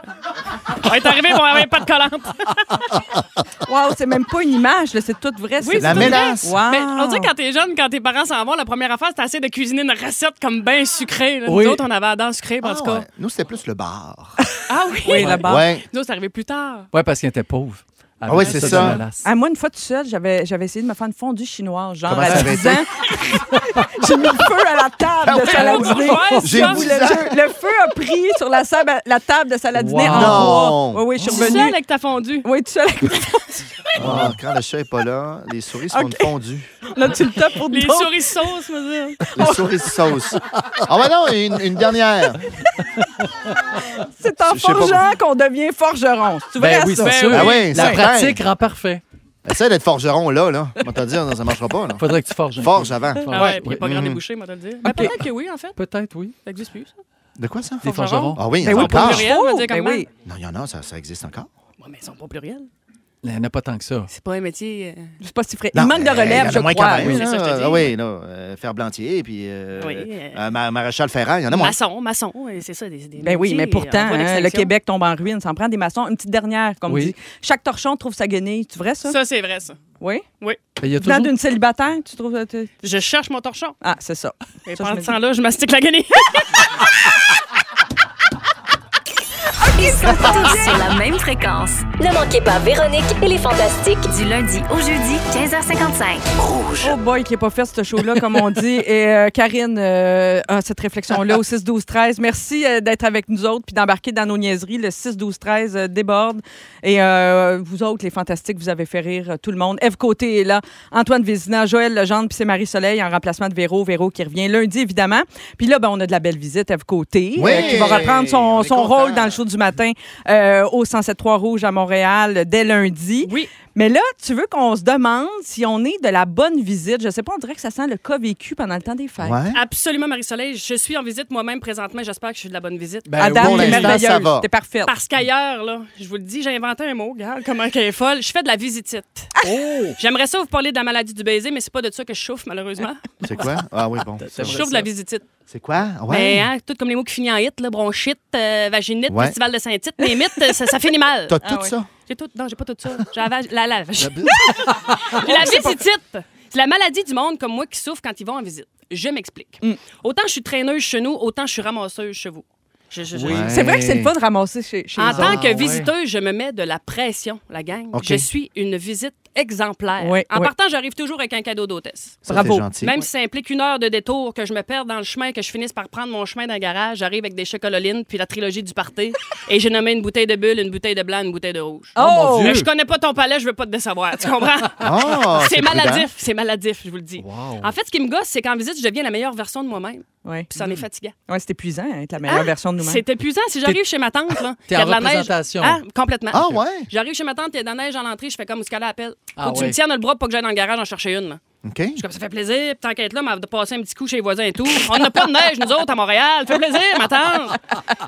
on est arrivés, on avait pas de collante. Wow, c'est même pas une image, là, c'est tout vrai. Oui, c'est La tout vrai. mélasse. Wow. Mais on dit quand t'es jeune, quand tes parents s'en vont, la première affaire, c'est essayer de cuisiner une recette comme bien sucrée. là. Oui. Nous autres, on avait la dent sucrée, en Ah, tout cas. ouais. Nous, c'était plus le bar. Ah oui? Oui, là-bas. Ouais. Nous autres, c'est arrivé plus tard. Oui, parce qu'il était pauvre. Ah ouais, c'est ça. Ah, moi, une fois tout seul, j'avais, j'avais essayé de me faire une fondue chinoise, genre Comment ça à avait 10 ans. J'ai mis le feu à la Ah table de ouais, saladier. ouais, J'ai Je vous dix le, ans. jure, le feu a pris sur la, sable- la table de saladiner Wow. en Non. bois. Oui, oui, je Tu suis sais, revenue. avec ta fondue. Oui, tout seul. avec- Ah, quand le chat n'est pas là, les souris sont OK. fondues. Là, tu le tapes pour Les d'autres. souris sauce, me dire. Les souris sauce. Ah, ben non, une, une dernière. C'est en Je sais pas forgeant qu'on devient forgeron. C'est vrai, Ben oui, ça? c'est sûr. Ah oui, la certain. pratique rend parfait. Essaye d'être forgeron, là, là. On va te dire, non, ça ne marchera pas, là. Faudrait que tu forges. un Forge peu. avant. Forge, Ah ouais, puis oui. il a pas grand débouché, moi, te le dire. Ben, peut-être que oui, en fait. Peut-être, oui. Ça existe plus, ça. De quoi, ça? Des forgerons. Ah oui, il y Ben en a oui, pour encore. le pluriel, le me dire ben comment. oui. Non, il y en a, ça, ça existe encore. Ouais, mais ils sont pas pluriels. Il n'y en a pas tant que ça. C'est pas un métier. euh, C'est pas si frais. Non, Il manque de euh, il y en relève, a je moins crois. quand même, Oui, là. c'est ça, je te dis. Ah oui, là, euh, Ferblantier, puis euh, Oui, euh, euh, Ma- Maréchal Ferrand, il y en a moins. Maçon, maçon, euh, c'est ça. Des, des Ben oui, métiers, mais pourtant, en voie hein, le d'extinction. Québec tombe en ruine. Ça en prend des maçons. Une petite dernière, comme Oui. dit. Chaque torchon trouve sa guenille. Tu vrai, ça? Ça, c'est vrai, ça. Oui. Ben, Il y a Venant toujours... d'une célibataire, tu trouves. t'es- Je cherche mon torchon. Ah, c'est ça. Et Ça, je me pendant dis- ce temps-là, je mastique la guenille. Tous sur la même fréquence. Ne manquez pas Véronique et les Fantastiques. Du lundi au jeudi, 15h55. Oh boy, qui n'est pas fait ce show-là, comme on dit. Et euh, Karine, euh, a cette réflexion-là au 6-12-13. Merci euh, d'être avec nous autres puis d'embarquer dans nos niaiseries. Le 6-12-13 euh, déborde. Et euh, vous autres, les fantastiques, vous avez fait rire euh, tout le monde. Eve Côté est là, Antoine Vézina, Joël Legendre, puis c'est Marie-Soleil en remplacement de Véro. Véro qui revient lundi, évidemment. Puis là, ben, on a de la belle visite, Eve Côté, euh, Oui, qui va reprendre son, on est son content. rôle dans le show du matin euh, au 107.3 Rouge à Montréal euh, dès lundi. Oui. Mais là, tu veux qu'on se demande si on est de la bonne visite. Je sais pas, on dirait que ça sent le cas vécu pendant le temps des fêtes. Ouais. Absolument, Marie-Soleil. Je suis en visite moi-même présentement. J'espère que je suis de la bonne visite. Ben, Adam, pour t'es l'instant, ça merveilleuse. va. T'es parfaite. Parce qu'ailleurs, là, je vous le dis, j'ai inventé un mot, regarde, comment qu'elle est folle. Je fais de la visitite. Oh! J'aimerais ça vous parler de la maladie du baiser, mais c'est pas de ça que je souffre, malheureusement. C'est quoi? Ah oui, bon. Je vrai, souffre de ça. la visitite. C'est quoi? Mais, Ouais. hein, tout comme les mots qui finissent en hit, là, bronchite, euh, vaginite, Ouais. festival de Saint-Tite, les mythes, ça, ça finit mal. T'as tout ouais. ça? Ah J'ai tout. Non, j'ai pas tout ça. J'avais la lave. La bu- J'ai la visitite. C'est la maladie du monde comme moi qui souffre quand ils vont en visite. Je m'explique. Autant je suis traîneuse chez nous, autant je suis ramasseuse chez vous. Je- je- je- Oui. C'est vrai que c'est le fun de ramasser chez, chez En eux tant autres. que ouais. visiteuse, je me mets de la pression, la gang. OK. Je suis une visite exemplaire. Ouais, en ouais. partant, j'arrive toujours avec un cadeau d'hôtesse. Ça, Bravo. c'est gentil. Même si ça implique une heure de détour, que je me perde dans le chemin, que je finisse par prendre mon chemin d'un garage, j'arrive avec des chocololines, puis la trilogie du party, et j'ai nommé une bouteille de bulle, une bouteille de blanc, une bouteille de rouge. Oh, mon Mais Dieu! je connais pas ton palais, je veux pas te décevoir, tu comprends? Ah, c'est prudent. maladif, c'est maladif, je vous le dis. Wow. En fait, ce qui me gosse, c'est qu'en visite, je deviens la meilleure version de moi-même, Ouais. puis ça Mm. en est fatigant. Ouais, c'est épuisant, hein, être la meilleure Ah, version de nous-mêmes. C'est épuisant. Si j'arrive chez ma tante, là, t'es qu'il y a en de la neige- représentation. Ah, complètement. Ah, ouais. J'arrive chez ma tante, il y a de la neige à l'entrée, je fais comme ce qu'elle appelle. Ah Faut que tu ouais. me tiennes le bras pour pas que j'aille dans le garage en chercher une. là. OK. Je suis comme ça fait plaisir, puis t'inquiète là, mais de passer un petit coup chez les voisins et tout. On n'a pas de neige, nous autres, à Montréal. Fait plaisir, ma tante.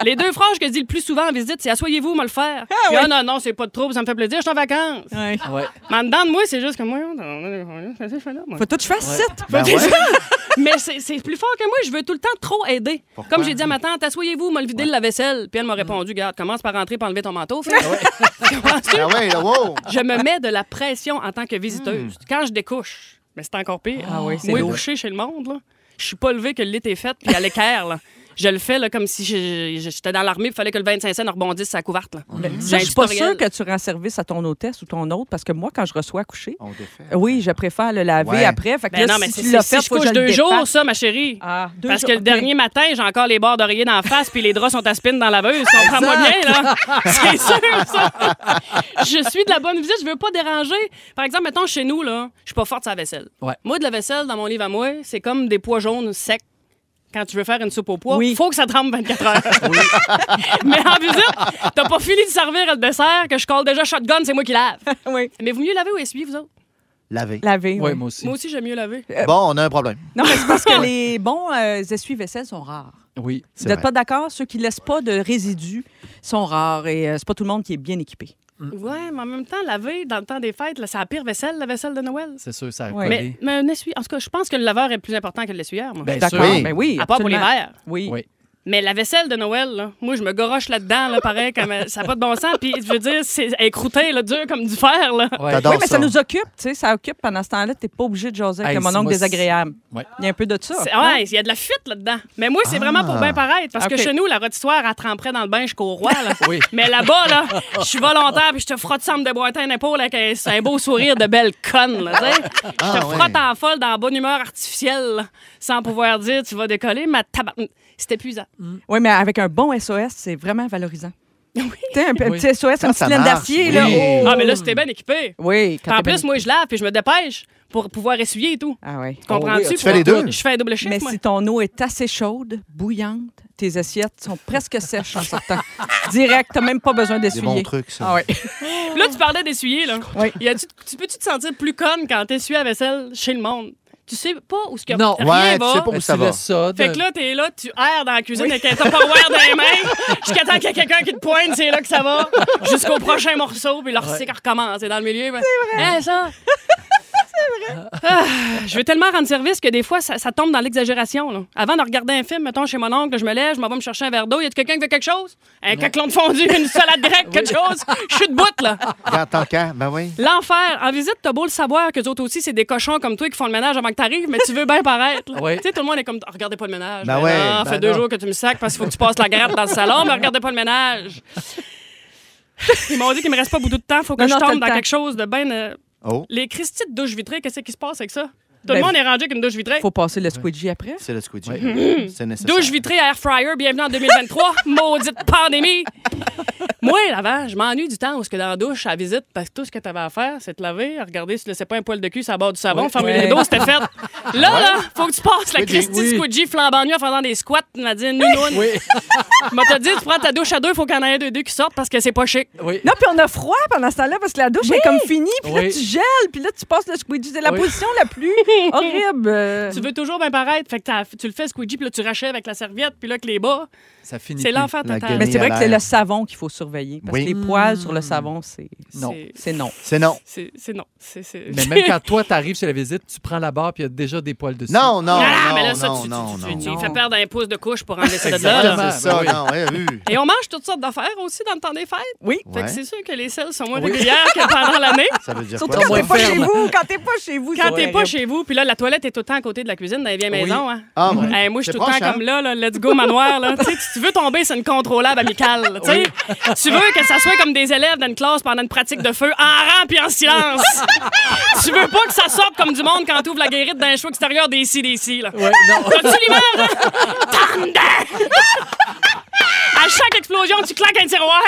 Les deux phrases que je dis le plus souvent en visite, c'est Assoyez-vous, me le faire. Puis, Ah, ouais. non, non, c'est pas de trouble, ça me fait plaisir, je suis en vacances. Ouais. Ouais. Mais en dedans de moi, c'est juste que moi, on- qu'est-ce que je fais là, moi? Faut tout que je fasse ça. Ben ouais. Mais c'est c'est plus fort que moi, je veux tout le temps trop aider. Pourquoi? Comme j'ai dit à ma tante, asseyez-vous, m'a le vider la vaisselle. Puis elle m'a répondu, garde, commence par rentrer et enlever ton manteau. fille. Commence-tu? Ah ouais, là, wow. je me mets de la pression en tant que visiteuse. Quand je découche, mais c'est encore pire. Ah oui, c'est moi, lourd. coucher chez le monde, là, je suis pas levée que le lit est fait puis à l'équerre. là. Je le fais là, comme si je- je- j'étais dans l'armée, il fallait que le 25 cents rebondisse sa couverte. Là. J'ai Mm. Ça, un Je suis pas tutoriel. sûre que tu rends service à ton hôtesse ou ton hôte parce que moi, quand je reçois à coucher, On défait. oui, je préfère le laver Ouais. après. Fait que Ben là, non, mais si c'est- tu l'as c'est- fait, si je faut que couche je le deux jours, dépaque. ça, ma chérie. Ah, deux Parce jours, que le ok. dernier matin, j'ai encore les bords d'oreiller dans la face, puis les draps sont à spin dans la laveuse. Comprends-moi bien, là. C'est sûr, ça. Je suis de la bonne visite, je veux pas déranger. Par exemple, mettons, chez nous, là, je suis pas forte sur la vaisselle. Ouais. Moi, de la vaisselle, dans mon livre à moi, c'est comme des pois jaunes secs. Quand tu veux faire une soupe aux pois, Oui. faut que ça trempe 24 heures. Mais en visite, t'as pas fini de servir le dessert, que je colle déjà shotgun, c'est moi qui lave. Oui. Mais vous mieux laver ou essuyer, vous autres? Laver. Laver. oui. Ah. Ouais, moi aussi. Moi aussi, j'aime mieux laver. Bon, on a un problème. Non, mais c'est parce que les bons euh, essuie-vaisselles sont rares. Oui. Vous n'êtes pas d'accord? Ceux qui laissent pas de résidus sont rares et euh, c'est pas tout le monde qui est bien équipé. Ouais, mais en même temps, laver dans le temps des fêtes, là, c'est la pire vaisselle, la vaisselle de Noël. C'est sûr, ça a Ouais. collé. Mais, mais un essuie. En tout cas, je pense que le laveur est plus important que l'essuyeur, moi. Bien D'accord? sûr. Oui. Ben oui. à part pour les absolument. verres. Oui. Oui. Mais la vaisselle de Noël, là, moi, je me goroche là-dedans, là, pareil, comme euh, ça n'a pas de bon sens. Puis, je veux dire, c'est écrouté, là, dur comme du fer, là. Ouais. T'adores Oui, mais ça ça. nous occupe, tu sais, ça occupe pendant ce temps-là, t'es pas obligé de jaser avec Hey, mon moi, oncle c'est- désagréable. Ouais. Il y a un peu de ça. C'est- Ouais, il y a de la fuite là-dedans. Mais moi, c'est vraiment pour bien paraître. Parce ah, hein? OK. que chez nous, la rôtissoire, elle tremperait dans le bain jusqu'au roi. Là. Oui. Mais là-bas, là, je suis volontaire puis je te frotte ça, me déboîter un épaule avec un, c'est un beau sourire de belle conne. Là, tu sais. je te Ah, ouais. frotte en folle dans la bonne humeur artificielle là, sans pouvoir dire tu vas décoller. Ma tabac. C'est épuisant. Oui, mais avec un bon SOS, c'est vraiment valorisant. Oui. Un, p- un Oui. petit SOS, Quand un ça petit laine marche, d'acier, oui. là. oh. Ah, mais là, c'était bien équipé. Oui, quand en t'es plus, bien- moi, je lave puis je me dépêche pour pouvoir essuyer et tout. Ah oui. Tu Comprends-tu? Oh oui, tu fais les deux? Je fais un double Mais chiffre, moi. si ton eau est assez chaude, bouillante, tes assiettes sont presque sèches en sortant. Direct, t'as même pas besoin Des d'essuyer. bons trucs, ça. Ah ouais. Puis Là, tu parlais d'essuyer, là. Oui. Y a-tu- tu peux-tu te sentir plus conne quand t'essuies la vaisselle chez le monde? Tu sais pas où ce que Non. rien Ouais, tu va. sais pas Ben, où ça tu va. laisses ça. de- Fait que là, t'es là, tu erres dans la cuisine avec un Tupperware dans les mains, jusqu'à temps qu'il y a quelqu'un qui te pointe, c'est là que ça va, jusqu'au prochain morceau, puis le recycle recommence. C'est dans le milieu. C'est vrai. ça. c'est vrai. je veux tellement rendre service que des fois, ça, ça tombe dans l'exagération. là. Avant de regarder un film, mettons, chez mon oncle, je me lève, je m'en vais me chercher un verre d'eau. Y a quelqu'un qui veut quelque chose? Un caclon de fondue, une salade grecque, quelque chose? Je suis de bout, là. Regarde, tant qu'à, ben oui. L'enfer. En visite, t'as beau le savoir que les autres aussi, c'est des cochons comme toi qui font le ménage avant que t'arrives, mais tu veux bien paraître. là. Ouais. Tu sais, tout le monde est comme, Ah, regardez pas le ménage. Ben Ben ouais, non, ben fait deux non. jours que tu me sacs parce qu'il faut que tu passes la gratte dans le salon, mais regardez pas le ménage. Ils m'ont dit qu'il me reste pas beaucoup de temps, faut que Non, je non, t'as tombe le dans temps. quelque chose de bien. euh, Oh, Les Christie de douche vitrée, qu'est-ce qui se passe avec ça? Tout Ben, le monde est rangé avec une douche vitrée. Faut passer le squeegee après. c'est le squeegee. C'est nécessaire. Douche vitrée à air fryer, bienvenue en 2023. Maudite pandémie. Moi, l'avant, je m'ennuie du temps où ce que dans la douche, à la visite, parce que tout ce que t'avais à faire, c'est te laver, regarder si tu laissais pas un poil de cul sur la barre du savon, fermer Ouais. les rideaux, c'était fait. Là, là, faut que tu passes la Squeegee. Christie Oui. Squidgy flambant nu en faisant des squats, Nadine Nounoun. Oui, Je m'en t'ai dit, tu prends ta douche à deux, faut qu'il y en ait un de deux qui sortent parce que c'est pas chic. oui. Non, puis on a froid pendant ce temps-là parce que la douche est comme finie, puis là Oui. tu gèles, puis là tu passes le squeegee. C'est la Oui. position la plus horrible. euh. Tu veux toujours bien paraître, fait que t'as- tu le fais Squidgy, puis là, tu rachètes avec la serviette, puis là, que les bas, Ça finit. c'est plus. l'enfer La total. Mais c'est vrai que c'est l'air. le savon qu'il faut surveiller parce Oui. que les poils sur le savon, c'est Non. Mm. C'est- c'est non. C'est non. C'est c'est non. C'est- c'est- Mais même quand toi, t'arrives sur la visite, tu prends la barre puis il y a déjà des poils dessus. Non, non, Ah, non, mais là, ça, non, tu, non, tu, tu- tu non. fais perdre un pouce de couche pour enlever ça de là. Exactement. là. C'est ça, Ben oui. non, ouais, oui. Et on mange toutes sortes d'affaires aussi dans le temps des fêtes. Oui. Fait Ouais. que c'est sûr que les selles sont moins Oui. régulières que pendant l'année. Ça veut dire Surtout quoi? quand t'es va pas faire, chez là. vous, quand t'es pas chez vous. Quand c'est t'es pas horrible. chez vous, puis là, la toilette est tout le temps à côté de la cuisine dans les vieilles maisons. Hein. Ah, ouais. Hey, moi, je suis C'est tout le temps proche, hein? comme là, là, let's go manoir. Là. Tu sais, si tu veux tomber, c'est une contrôlable amicale. tu sais. Tu veux que ça soit comme des élèves dans une classe pendant une pratique de feu, en rang puis en silence. tu veux pas que ça sorte comme du monde quand t'ouvres la guérite d'un show extérieur des ici, des ici. Là. Ouais, non. T'as-tu l'image? Thunder! À chaque explosion, tu claques un tiroir,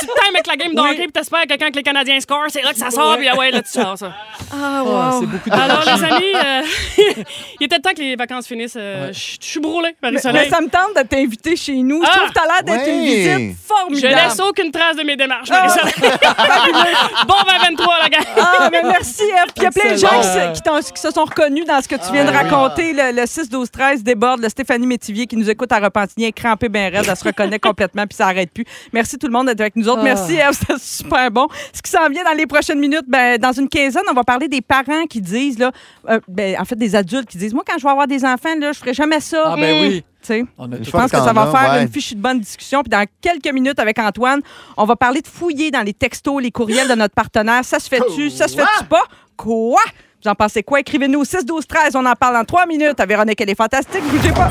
tu te times avec la game d'hockey, puis t'espères que quelqu'un que les Canadiens score, c'est là que ça sort, puis ah ouais, là, tu sors ça. Ah, c'est beaucoup de Alors, les amis, euh, il était temps que les vacances finissent. euh, Je je suis brûlée, Mais Marie-Soleil. ça me tente de t'inviter chez nous. Ah! Je trouve que t'as l'air d'être Ouais. une visite Je formidable. laisse aucune trace de mes démarches, Ah. Marie-Soleil. bon 2023, la gars. Ah, mais merci, Eve. Puis il y a plein de gens qui se, Excellent. qui t'ont- qui se sont reconnus dans ce que tu viens de raconter. Le, le 6-12-13 déborde. Le Stéphanie Métivier qui nous écoute à Repentigny est crampée bien raide. Elle se reconnaît complètement puis ça arrête plus. Merci tout le monde d'être avec nous autres. Ah. Merci, Eve. C'était super bon. Ce qui s'en vient dans les prochaines minutes, ben, dans une quinzaine, on va parler des parents qui disent, là, euh, ben, en fait, des adultes qui disent Moi, quand je vais avoir des enfants, là, je ferai jamais ça. Ah, ben Mm. oui. Tu sais. On a Une tout Je pense que ça va Quand faire même, ouais. une fichue de bonne discussion. Puis dans quelques minutes avec Antoine, on va parler de fouiller dans les textos, les courriels de notre partenaire. Ça se fait-tu? Ça se fait-tu pas? Quoi? Vous en pensez quoi? Écrivez-nous au 6 12 13 On en parle en trois minutes. À Véronique, elle est fantastique. Bougez pas.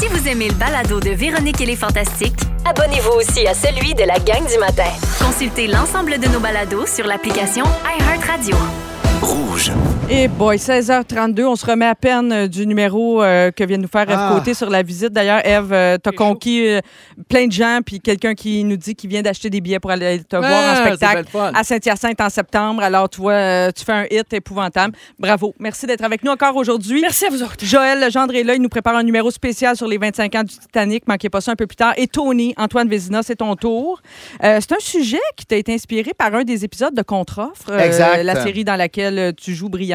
Si vous aimez le balado de Véronique et les Fantastiques, Abonnez-vous aussi à celui de la gang du matin. consultez l'ensemble de nos balados sur l'application iHeartRadio. Et Eh boy, 16h32, on se remet à peine euh, du numéro euh, que vient de nous faire Eve Ah. Côté sur la visite. D'ailleurs, Eve, euh, t'as C'est conquis euh, plein de gens, puis quelqu'un qui nous dit qu'il vient d'acheter des billets pour aller te voir en Ah, c'est spectacle belle fun. à Saint-Hyacinthe en septembre. Alors, tu vois, euh, tu fais un hit épouvantable. Bravo. Merci d'être avec nous encore aujourd'hui. Merci à vous autres. Joël Legendre est là. Il nous prépare un numéro spécial sur les 25 ans du Titanic. Manquez pas ça un peu plus tard. Et Tony, Antoine Vézina, c'est ton tour. Euh, c'est un sujet qui t'a été inspiré par un des épisodes de Contre-offre, euh, Exact. la série dans laquelle euh, tu joues brillamment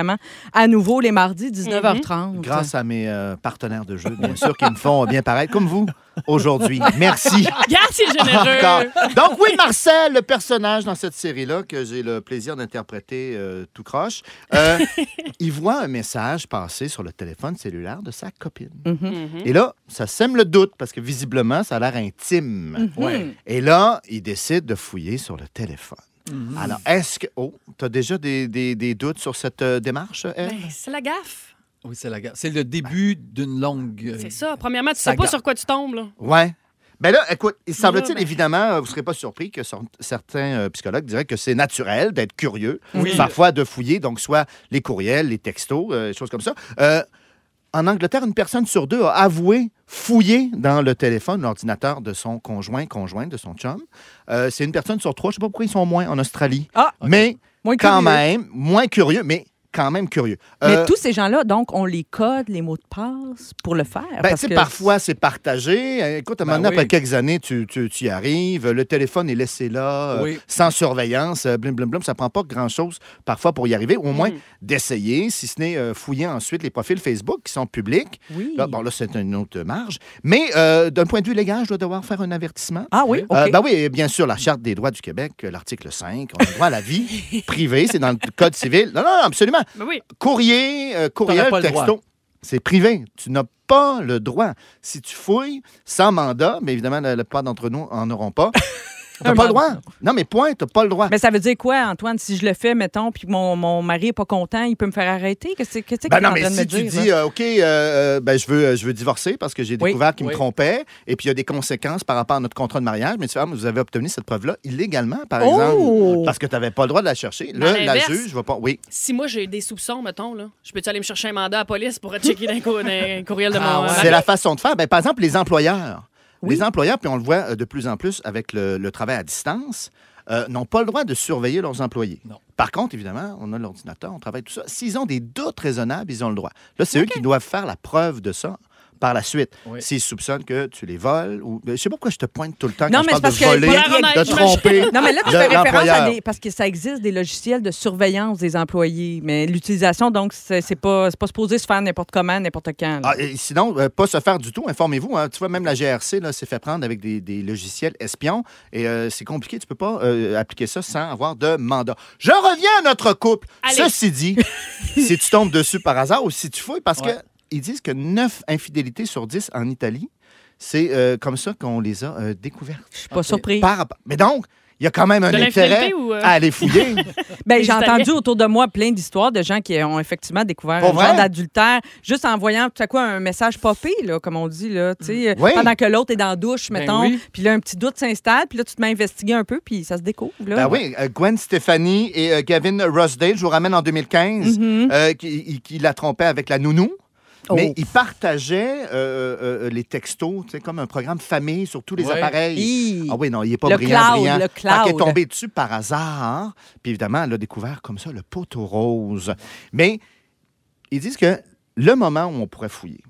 à nouveau les mardis 19h30. Grâce à mes euh, partenaires de jeu, bien sûr, qui me font euh, bien paraître, comme vous, aujourd'hui. Merci. Regarde, c'est Ah, Encore. généreux. Donc oui, Marcel, le personnage dans cette série-là que j'ai le plaisir d'interpréter euh, tout croche, euh, il voit un message passer sur le téléphone cellulaire de sa copine. Et là, ça sème le doute parce que visiblement, ça a l'air intime. Ouais. Et là, il décide de fouiller sur le téléphone. Alors, est-ce que... Oh, t'as déjà des, des- des doutes sur cette euh, démarche, Ève? Ben, c'est la gaffe. Oui, c'est la guerre. C'est le début d'une longue. euh, C'est ça. Premièrement, tu Ça sais pas gaffe. sur quoi tu tombes. Là. Ouais. Ben là, écoute, il semble-t-il, ben- évidemment, euh, vous ne serez pas surpris que son- certains euh, psychologues diraient que c'est naturel d'être curieux, Oui. parfois de fouiller, donc soit les courriels, les textos, euh, des choses comme ça. Euh, en Angleterre, une personne sur deux a avoué fouiller dans le téléphone, l'ordinateur de son conjoint, conjointe, de son chum. Euh, c'est une personne sur trois, je ne sais pas pourquoi ils sont moins en Australie. Ah, Mais Moins quand curieux. même, moins curieux, mais quand même curieux. Mais Euh, tous ces gens-là, donc, on les code, les mots de passe pour le faire. Ben, parce tu sais, que- parfois, c'est partagé. Euh, Écoute, à un Ben moment donné, oui. après quelques années, tu, tu- tu y arrives. Le téléphone est laissé là, euh, Oui. sans surveillance. euh, Blim, blim, blim. Ça prend pas grand-chose, parfois, pour y arriver. Au moins, Hmm. d'essayer, si ce n'est euh, fouiller ensuite les profils Facebook qui sont publics. Oui. Là, bon, là, c'est une autre marge. Mais euh, d'un point de vue légal, je dois devoir faire un avertissement. Ah oui, OK. Euh, ben oui, bien sûr, la Charte des droits du Québec, euh, l'article 5, on a le droit à la vie privée, c'est dans le Code civil. Non, non, non, absolument Ben oui. courrier, euh, courriel, pas le texto. droit. C'est privé. Tu n'as pas le droit. Si tu fouilles sans mandat, mais évidemment, la la plupart d'entre nous en auront pas. T'as Un pas le droit. mandat. Non, mais point, t'as pas le droit. Mais Ben, ça veut dire quoi, Antoine, si je le fais, mettons, puis mon, mon mari est pas content, il peut me faire arrêter? Qu'est-ce que- qu'est-ce que Ben t'es non, en mais train de si me tu dire, dis, là? euh, OK, euh, euh, ben, je, veux, euh, je veux divorcer parce que j'ai Oui, découvert qu'il oui. me trompait et puis il y a des conséquences par rapport à notre contrat de mariage, mais tu fais, ah, mais vous avez obtenu cette preuve-là illégalement, par Oh! exemple, parce que tu n'avais pas le droit de la chercher. À Là, la l'inverse. juge va pas. Oui. Si moi, j'ai des soupçons, mettons, là, je peux-tu aller me chercher un mandat à la police pour checker dans un courriel de mon Ah ouais. euh, C'est la façon de faire. Ben, par exemple, les employeurs. Les employeurs, puis on le voit euh, de plus en plus avec le, le travail à distance, euh, n'ont pas le droit de surveiller leurs employés. Non. Par contre, évidemment, on a l'ordinateur, on travaille tout ça. S'ils ont des doutes raisonnables, ils ont le droit. Là, c'est eux qui doivent faire la preuve de ça par la suite. Oui. S'ils soupçonnent que tu les voles, ou ben, je sais pas pourquoi je te pointe tout le temps Non, quand mais je parle c'est de parce que- voler, Voilà, on a- de tromper. Non, mais là, tu le- fais référence à l'employeur. des. Parce que ça existe des logiciels de surveillance des employés, mais l'utilisation, donc, c'est c'est pas, c'est pas supposé se faire n'importe comment, n'importe quand. là. Ah, et sinon, euh, pas se faire du tout, informez-vous. hein. Tu vois, même la GRC là, s'est fait prendre avec des, des logiciels espions et euh, c'est compliqué. Tu peux pas euh, appliquer ça sans avoir de mandat. Je reviens à notre couple. Allez. Ceci dit, si tu tombes dessus par hasard ou si tu fouilles, parce Ouais. que ils disent que 9 infidélités sur 10 en Italie, C'est euh, comme ça qu'on les a euh, découvertes. Je suis pas surprise. Par rapport- Mais donc, il y a quand même un De intérêt Ah, l'infidélité ou, euh? à aller fouiller. Ben, j'ai Des entendu autour de moi plein d'histoires de gens qui ont effectivement découvert Pour un vrai? genre d'adultère juste en voyant tu sais quoi, un message popé, là, comme on dit, là, tu sais, Oui. pendant que l'autre est dans la douche, Ben mettons. oui. Puis là, un petit doute s'installe, puis là, tu te mets à investiguer un peu, puis ça se découvre. Là. Ben oui, euh, Gwen Stefani et euh, Gavin Rossdale, je vous ramène en 2015, euh, qui, il- qui la trompait avec la nounou. Mhm. Oh. Mais ils partageaient euh, euh, euh, les textos, tu sais, comme un programme famille sur tous les Ouais. appareils. Hi. Ah oui, non, il n'est pas Le brillant, cloud, brillant. le Fait qu'elle cloud. est tombée dessus par hasard. Puis évidemment, elle a découvert comme ça le poteau rose. Mais ils disent que le moment où on pourrait fouiller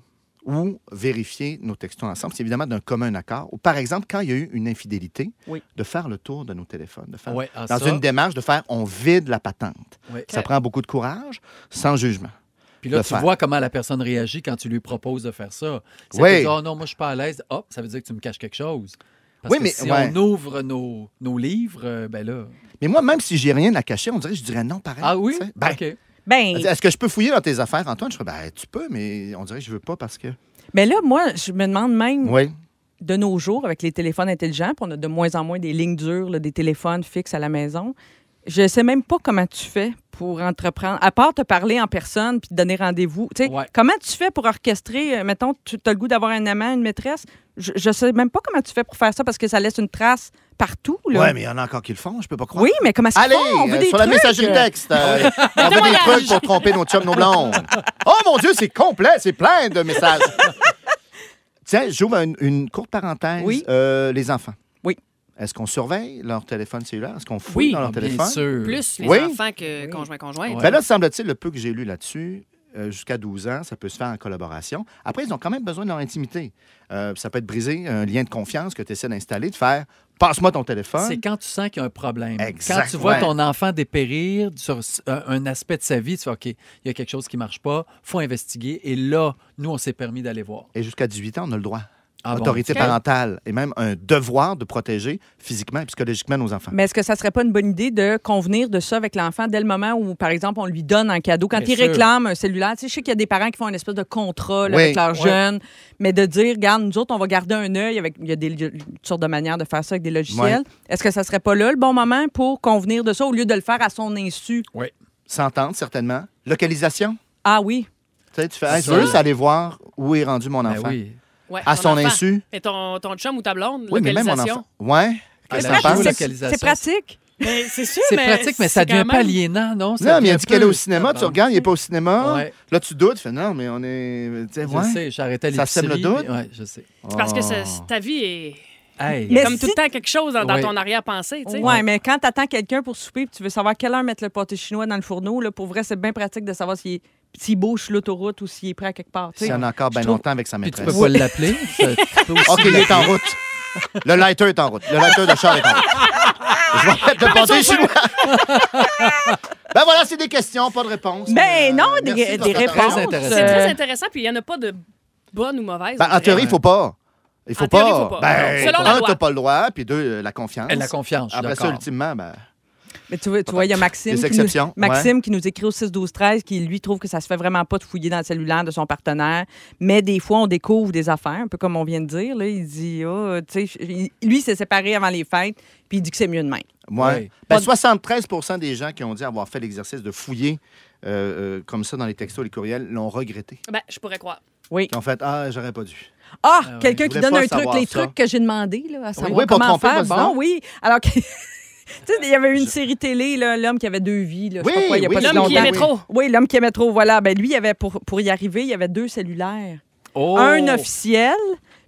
ou vérifier nos textos ensemble, c'est évidemment d'un commun accord. Ou par exemple, quand il y a eu une infidélité, Oui. de faire le tour de nos téléphones, de faire Ouais, ah, dans ça. une démarche de faire on vide la patente. Ouais. Ça prend beaucoup de courage, sans jugement. Puis là, le tu faire. vois comment la personne réagit quand tu lui proposes de faire ça. Si Oui. elle te dit, oh non, moi, je suis pas à l'aise, oh, ça veut dire que tu me caches quelque chose. Parce Oui, que mais- si ouais. on ouvre nos, nos livres, euh, ben là. Mais moi, même si j'ai rien à cacher, on dirait que je dirais non pareil. Ah oui? tu sais. Ben, OK. Ben, Est-ce que je peux fouiller dans tes affaires, Antoine? Je serais, ben, tu peux, mais on dirait que je veux pas parce que. mais là, moi, je me demande même, Oui. de nos jours, avec les téléphones intelligents, puis on a de moins en moins des lignes dures, là, des téléphones fixes à la maison. Je sais même pas comment tu fais pour entreprendre, à part te parler en personne puis te donner rendez-vous. Tu sais, Ouais. Comment tu fais pour orchestrer, euh, mettons, tu as le goût d'avoir un amant, une maîtresse? Je, je sais même pas comment tu fais pour faire ça parce que ça laisse une trace partout. Là. Oui, mais il y en a encore qui le font, je peux pas croire. Oui, mais comment est-ce Allez, qu'ils font? On veut euh, des sur la trucs. messagerie texte, euh, on veut des trucs pour tromper nos chums, nos blondes. Oh mon Dieu, c'est complet, c'est plein de messages. Tiens, j'ouvre une, une courte parenthèse. Oui. Euh, les enfants. Oui. Est-ce qu'on surveille leur téléphone cellulaire? Est-ce qu'on fouille Oui, dans leur Ah, Bien téléphone? sûr. Plus les Oui. enfants que conjoint-conjoint. Ben là, semble-t-il, le peu que j'ai lu là-dessus, euh, jusqu'à 12 ans, ça peut se faire en collaboration. Après, ils ont quand même besoin de leur intimité. Euh, ça peut être briser un lien de confiance que tu essaies d'installer, de faire passe-moi ton téléphone. C'est quand tu sens qu'il y a un problème. Exact, Quand tu vois ouais. ton enfant dépérir sur s- un, un aspect de sa vie, tu fais OK, il y a quelque chose qui ne marche pas, faut investiguer. Et là, nous, on s'est permis d'aller voir. Et jusqu'à 18 ans, on a le droit. Ah bon? Autorité Ok. parentale et même un devoir de protéger physiquement et psychologiquement nos enfants. Ah. Mais est-ce que ça serait pas une bonne idée de convenir de ça avec l'enfant dès le moment où, par exemple, on lui donne un cadeau? Quand Bien il sûr. réclame un cellulaire, tu sais, je sais qu'il y a des parents qui font une espèce de contrat là, Oui. avec leurs Ouais. jeunes, mais de dire, regarde, nous autres, on va garder un œil avec. Il y a des il y a toutes sortes de manières de faire ça avec des logiciels. Est-ce que ça serait pas là le bon moment pour convenir de ça au lieu de le faire à son insu? S'entendre, certainement. Localisation. Ah oui. Tu sais, tu fais, Hey, je Ça. veux aller voir où est rendu mon Ben enfant. oui. Ouais, À ton son enfant. insu. Et ton, ton chum ou ta blonde, Oui, mais même mon localisation. enfant. Ouais. Qu'est-ce que Elle t'en a penses? joué C'est Ah, ben Localisation, pratique. Mais c'est sûr, C'est pratique, mais ça c'est devient quand pas même- aliénant, non? Non, mais Ça il a devient dit qu'elle est peu- au cinéma. Ah Tu bon. regardes, hein? il n'est pas au cinéma. Ouais. Là, tu doutes. Tu fais, non, mais on est. Tu sais, Je ouais. Oh. sais, j'arrêtais les Ça sème le doute. Ouais, je sais. C'est Parce que Ah. ça- ta vie est Hey. Mais comme si- tout le temps quelque chose dans, dans Ouais. ton arrière-pensée, tu sais. Oui, mais quand tu attends quelqu'un pour souper et tu veux savoir quelle heure mettre le pâté chinois dans le fourneau, là, pour vrai, c'est bien pratique de savoir s'il est, s'il bouge sur l'autoroute ou s'il est prêt à quelque part. tu sais. Si y en a encore bien trouve- longtemps avec sa Puis tu maîtresse. peux pas l'appeler. ça- tu peux aussi OK, il est en l'appeler. route. Le lighter est en route. Le lighter de char est en route. Je vais mettre le pâté chinois. ben voilà, c'est des questions, pas de réponse. Ben non, Euh, des, merci pour des cette réponses. Très intéressant. C'est euh, très intéressant, puis il n'y en a pas de bonne ou mauvaise. on Ben, en dirait. théorie, il ne faut pas. Il faut En pas. théorie, faut pas. Ben, Selon la un, loi. t'as pas le droit, puis deux, euh, la confiance. La confiance, je suis Après ça, d'accord. ultimement, ben, Mais tu vois, tu vois, il y a Maxime, Des qui exceptions, nous, ouais. Maxime qui nous écrit au 6 12 13 qui lui trouve que ça se fait vraiment pas de fouiller dans le cellulaire de son partenaire, mais des fois on découvre des affaires, un peu comme on vient de dire là, il dit Ah, tu sais, il- lui il s'est séparé avant les fêtes, puis il dit que c'est mieux de même. moi, Oui. ben, 73 des gens qui ont dit avoir fait l'exercice de fouiller euh, euh, comme ça dans les textos, les courriels, l'ont regretté. Ben, je pourrais croire. Oui. Qui ont fait Ah, j'aurais pas dû. Ah, ouais. quelqu'un Je qui voulais donne pas un truc, savoir les ça. trucs que j'ai demandé là, à savoir oui, pour comment tromper le faire. président. Bon, oui. Alors que- tu sais, il y avait une série télé là, l'homme qui avait deux vies là, je sais Oui, pas quoi, il y a oui, pas si L'homme qui longtemps. aimait trop. ben Oui, l'homme qui aimait trop, voilà. Ben lui, il avait pour, pour y arriver, il y avait deux cellulaires. Oh! un officiel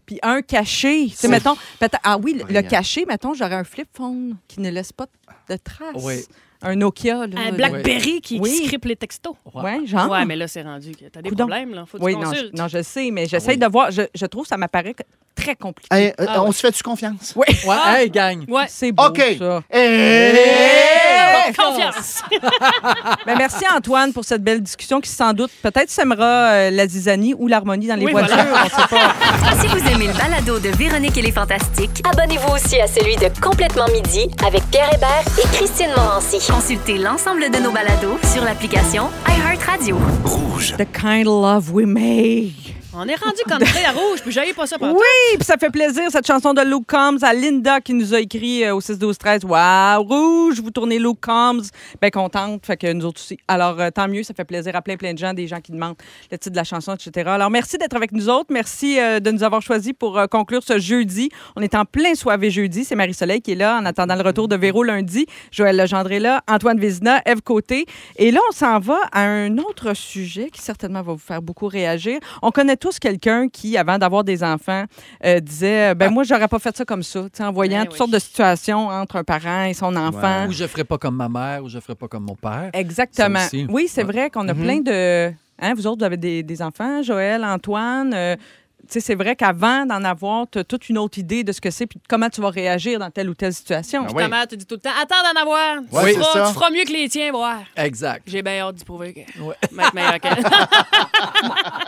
puis un caché. Tu sais, mettons, peut-être- ah oui, le, le Brillant. caché, mettons, j'aurais un flip phone qui ne laisse pas de traces. Oui. Un Nokia. Là, Un Blackberry qui, Oui. qui script les textos. Ouais, genre. Ouais, mais là, c'est rendu que t'as des Coudon. problèmes, là. Faut que oui, tu non, je, consultes. non, je sais, mais j'essaie de voir. Je, je trouve que ça m'apparaît que- très compliqué. Hey, euh, Ah, on ouais. se fait-tu confiance? Oui. Ouais, hey, gang! Ouais. C'est beau, OK. Eh, ça. Et- Confiance! Ben, merci, Antoine, pour cette belle discussion qui, sans doute, peut-être sèmera euh, la zizanie ou l'harmonie dans les Oui, voitures. voilà. On sait pas. Si vous aimez le balado de Véronique et les Fantastiques, Abonnez-vous aussi à celui de Complètement Midi avec Pierre Hébert et Christine Morancy. consultez l'ensemble de nos balados sur l'application iHeartRadio. The kind of love we make. On est rendu country à rouge, puis j'aille pas ça pour Oui, puis ça fait plaisir, cette chanson de Luke Combs à Linda qui nous a écrit euh, au 6-12-13. Waouh, rouge, vous tournez Luke Combs. Bien contente, fait que nous autres aussi. Alors, euh, tant mieux, ça fait plaisir à plein, plein de gens, des gens qui demandent le titre de la chanson, etc. Alors, merci d'être avec nous autres. Merci euh, de nous avoir choisis pour euh, conclure ce jeudi. On est en plein soirée jeudi. C'est Marie-Soleil qui est là en attendant le retour de Véro lundi. Joël Legendre est là, Antoine Vézina, Eve Côté. Et là, on s'en va à un autre sujet qui certainement va vous faire beaucoup réagir. On connaît tous quelqu'un qui, avant d'avoir des enfants, euh, disait Ben, moi, j'aurais pas fait ça comme ça, Tu sais, en voyant Ben toutes oui. sortes de situations entre un parent et son enfant. Ou je ferai pas comme ma mère, ou je ferai pas comme mon père. Exactement. Ça aussi. Mm-hmm. Oui, c'est vrai qu'on a plein de. Hein, vous autres, vous avez des, des enfants, Joël, Antoine. euh, tu sais, c'est vrai qu'avant d'en avoir, tu toute une autre idée de ce que c'est puis de comment tu vas réagir dans telle ou telle situation. Ben Ah Ta oui. mère te dit tout le temps, attends d'en avoir. Tu, Ouais, c'est feras, ça. tu feras mieux que les tiens, voir. Exact. J'ai bien hâte d'y prouver que. Ouais. Maître meilleur qu'elle.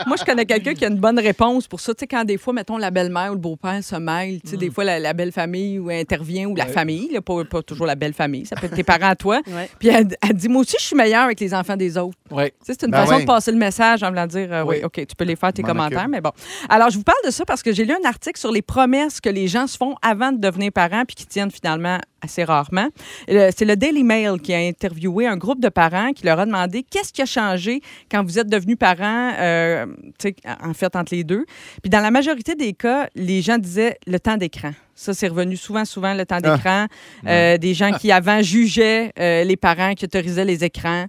Moi, je connais quelqu'un qui a une bonne réponse pour ça. Tu sais, quand des fois, mettons, la belle-mère ou le beau-père se mêle, tu sais, des fois, la, la belle-famille ou intervient ou la famille, là, pas, pas toujours la belle-famille, ça peut être tes parents à toi. Ouais. Puis elle, elle dit, moi aussi, je suis meilleure avec les enfants des autres. Oui. Tu sais, C'est une Ben façon oui. de passer le message en voulant dire euh, oui. Oui. OK, tu peux les faire tes M'en commentaires, occupe. mais bon. Alors, je vous parle de ça parce que j'ai lu un article sur les promesses que les gens se font avant de devenir parents puis qui tiennent finalement assez rarement. Euh, C'est le Daily Mail qui a interviewé un groupe de parents qui leur a demandé qu'est-ce qui a changé quand vous êtes devenus parents, euh, tu sais, en fait, entre les deux. Puis dans la majorité des cas, les gens disaient le temps d'écran. Ça, c'est revenu souvent, souvent, le temps Ah. d'écran. Euh, Des gens qui, avant, jugeaient euh, les parents qui autorisaient les écrans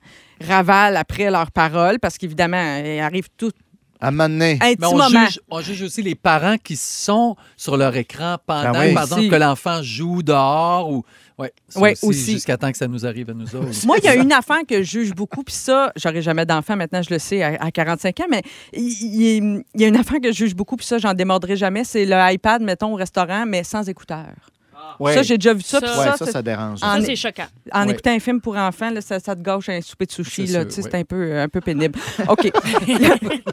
ravalent après leurs paroles parce qu'évidemment, euh, il arrive tout À m'amener. un petit Mais on moment. juge, on juge aussi les parents qui sont sur leur écran pendant, Ben oui. par exemple, Aussi. que l'enfant joue dehors ou. Oui, Ouais, aussi. aussi. Jusqu'à temps que ça nous arrive à nous autres. Moi, il y a une affaire que je juge beaucoup, puis ça, j'aurais jamais d'enfant, maintenant je le sais, à, à 45 ans, mais il- il il y a une affaire que je juge beaucoup, puis ça, j'en démordrai jamais, c'est le iPad, mettons, au restaurant, mais sans écouteurs. Ouais. Ah, Ça, j'ai déjà vu ça, puis Ça- Ouais, ça, ça, ça, c'est- dérange. en- Ça, c'est choquant. en Ouais. écoutant un film pour enfants, là, ça, ça te gâche un souper de sushi. C'est là, sûr, tu sais, C'est ouais. un peu, un peu pénible. OK.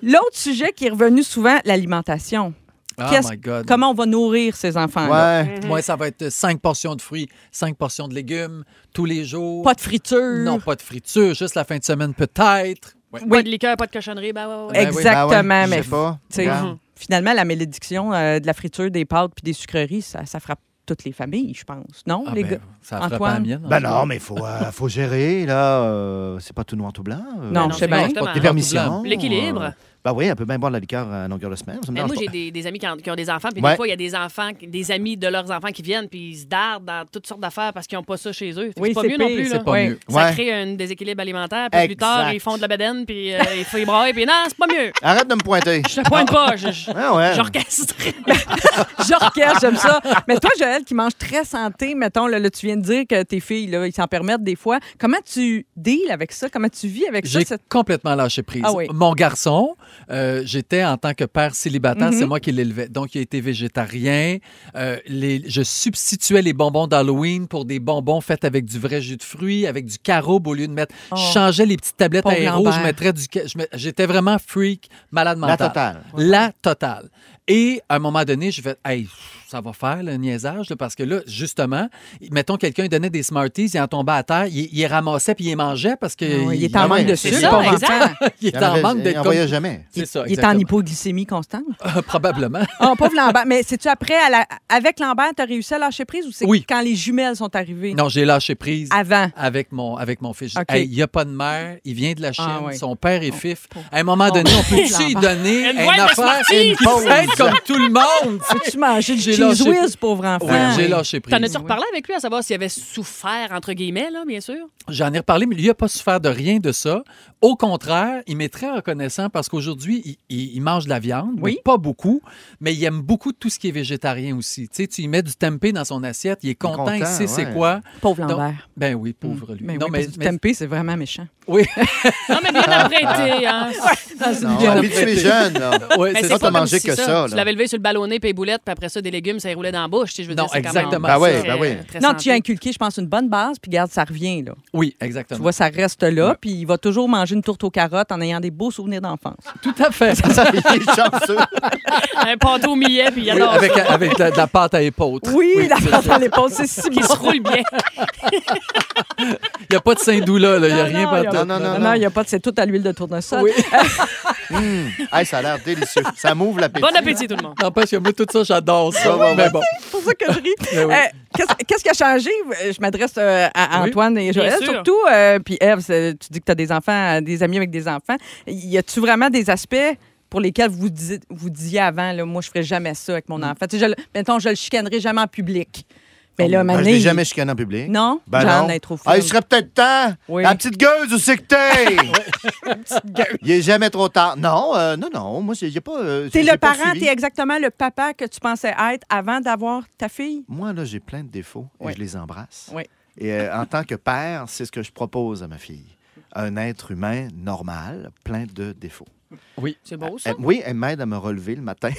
L'autre sujet qui est revenu souvent, l'alimentation. Oh Qu'est-ce- my God. Comment on va nourrir ces enfants-là? Ouais. Ben Moi, ça va être cinq portions de fruits, cinq portions de légumes tous les jours. Pas de friture. Non, pas de friture, juste la fin de semaine peut-être. Ouais. Pas Oui. de liqueur, pas de cochonnerie. Ben, ouais, ouais, ouais. Ben oui, ben Exactement, Ben ouais, mais Je sais pas. tu sais, Regarde. finalement, la malédiction euh, de la friture, des pâtes puis des sucreries, ça, ça frappe toutes les familles, je pense. Non, Ah les ben, gars? ça fera pas Antoine? la mienne. hein. Ben non, mais faut, euh, faut gérer, là. euh, c'est pas tout noir, tout blanc. euh, Non, non, je sais c'est bon. bien. Pas Des tout blanc. permissions. L'équilibre. euh, ben oui, elle peut bien boire de la liqueur à longueur de semaine. ça me Mais dérange Ben, moi, j'ai pas. des, des amis qui, en- qui ont des enfants, puis Ouais. des fois, il y a des enfants, qui- des amis de leurs enfants qui viennent, puis ils se dardent dans toutes sortes d'affaires parce qu'ils n'ont pas ça chez eux. Fait que Oui, c'est pas c'est mieux non pire, plus. c'est Là. C'est pas Ouais. mieux. Ça Ouais. crée un déséquilibre alimentaire, puis plus Exact. tard, ils font de la bedaine, puis euh, ils font ils braillent, puis non, c'est pas mieux. Arrête de me pointer. Je te pointe pas, je- je- Ah ouais. j'orchestre. J'orchestre, j'aime ça. Mais toi, Joël, qui mange très santé, mettons, là, là, tu viens de dire que tes filles, là, ils s'en permettent des fois. Comment tu deals avec ça? Comment tu vis avec ça? J'ai cette- complètement lâché prise. Ah oui. Mon garçon, euh, j'étais en tant que père célibataire, Mhm. c'est moi qui l'élevais. Donc, il a été végétarien. Euh, les- je substituais les bonbons d'Halloween pour des bonbons faits avec du vrai jus de fruits, avec du carob au lieu de mettre. Oh. Je changeais les petites tablettes Pauvre aéro, je Lambert. mettrais du. ca- je met- J'étais vraiment freak, malade La mental. totale. La totale. Et à un moment donné, je vais, hey, ça va faire le niaisage, là, parce que là, justement, mettons quelqu'un il donnait des Smarties, il en tombait à terre, il, il ramassait puis il les mangeait parce que Non, il est Ah en ouais, manque de c'est sucre. ça, pauvre exact. enfant. il Il est en en avait- manque il en d'être voyait comme... jamais. C'est Il est ça, en exactement. hypoglycémie constante. Euh, probablement. Oh, pauvre Lambert. Mais c'est-tu après, à la- avec Lambert, t'as réussi à lâcher prise ou c'est Oui. quand les jumelles sont arrivées? Non, j'ai lâché prise Avant. avec mon avec mon fils. J'ai dit, Ah. OK. Hey, il n'y a pas de mère, il vient de la Chine, Ah, ouais. son père est fif. pauvre. À un moment donné, Oh, on peut-tu lui Lambert. donner Une une boîte de affaire, Smarties! une fête comme tout le monde? Tu manges du J'ai cheese lâché- whiz, pauvre enfant. Ouais, j'ai lâché prise. T'en as-tu reparlé avec lui à savoir s'il avait souffert, entre guillemets, là, bien sûr? J'en ai reparlé, mais lui, il n'a pas souffert de rien de ça. Au contraire, il m'est très reconnaissant parce qu'aujourd'hui, il, il- il mange de la viande, mais Oui. pas beaucoup, mais il aime beaucoup tout ce qui est végétarien aussi. Tu sais, tu y mets du tempeh dans son assiette, il est content, il, content, sait c'est ouais. quoi. Pauvre Donc, Lambert. ben oui, pauvre lui. Mm. Mais non, oui, mais, parce que mais- Tempeh, c'est vraiment méchant. oui, Non, mais bien apprêté, hein. Non, bien habitué apprêté. jeune, là. ouais, Mais c'est c'est ça, pas t'as comme mangé si que ça, là. Tu l'avais levé sur le ballonnet, puis les boulettes, puis après ça, des légumes, ça y roulait dans la bouche. tu sais, Je veux Non, dire, c'est quand même exactement. Ben ouais, très- ben ouais. très Non, tu as santé. inculqué, je pense, une bonne base, puis garde, ça revient, là. oui, Tu exactement. vois, ça reste là, puis il va toujours manger une tourte aux carottes en ayant des beaux souvenirs d'enfance. Tout à fait. Il est chanceux. Un pâteau au millet, puis il Oui, adore avec avec de, de la pâte à épeautre. Oui, la pâte à l'épaule, c'est si bon. qui se roule bien. Il n'y a pas de Saint-Doux là, là, il n'y a Non, rien non, pas y a- tout. Non, non, non, Non, non. il n'y a pas de... C'est tout à l'huile de tournesol. Oui. Hum. Hey, ça a l'air délicieux. Ça m'ouvre l'appétit. Bon appétit, tout le monde. N'empêche que moi, tout ça, j'adore ça. Ouais, ouais, Mais ouais. bon, C'est pour ça que je ris. Ben oui. Euh, qu'est-ce- Qu'est-ce qui a changé? Je m'adresse euh, à Oui. Antoine et Bien Joël sûr. surtout. Euh, puis Eve, c'est- tu dis que tu as des enfants, euh, des amis avec des enfants. Y a-tu vraiment des aspects pour lesquels vous disiez, vous disiez avant, là, moi, je ferais jamais ça avec mon enfant? Tu sais, je, le- mettons, je le chicanerai jamais en public. Mais là, Ben, je Mané, l'ai jamais chicané en public. Non? Ben J'en non. ai trop fou. Ah, il serait peut-être temps. Oui. La petite gueuse, où c'est que t'es? Il est jamais trop tard. Non, euh, non, non. Moi, j'ai j'ai pas. euh, T'es j'ai le pas parent, suivi. t'es exactement le papa que tu pensais être avant d'avoir ta fille. Moi, là, j'ai plein de défauts Oui. et je les embrasse. Oui. Et euh, en tant que père, c'est ce que je propose à ma fille. Un être humain normal, plein de défauts. C'est beau, ça. Elle- oui, elle m'aide à me relever le matin.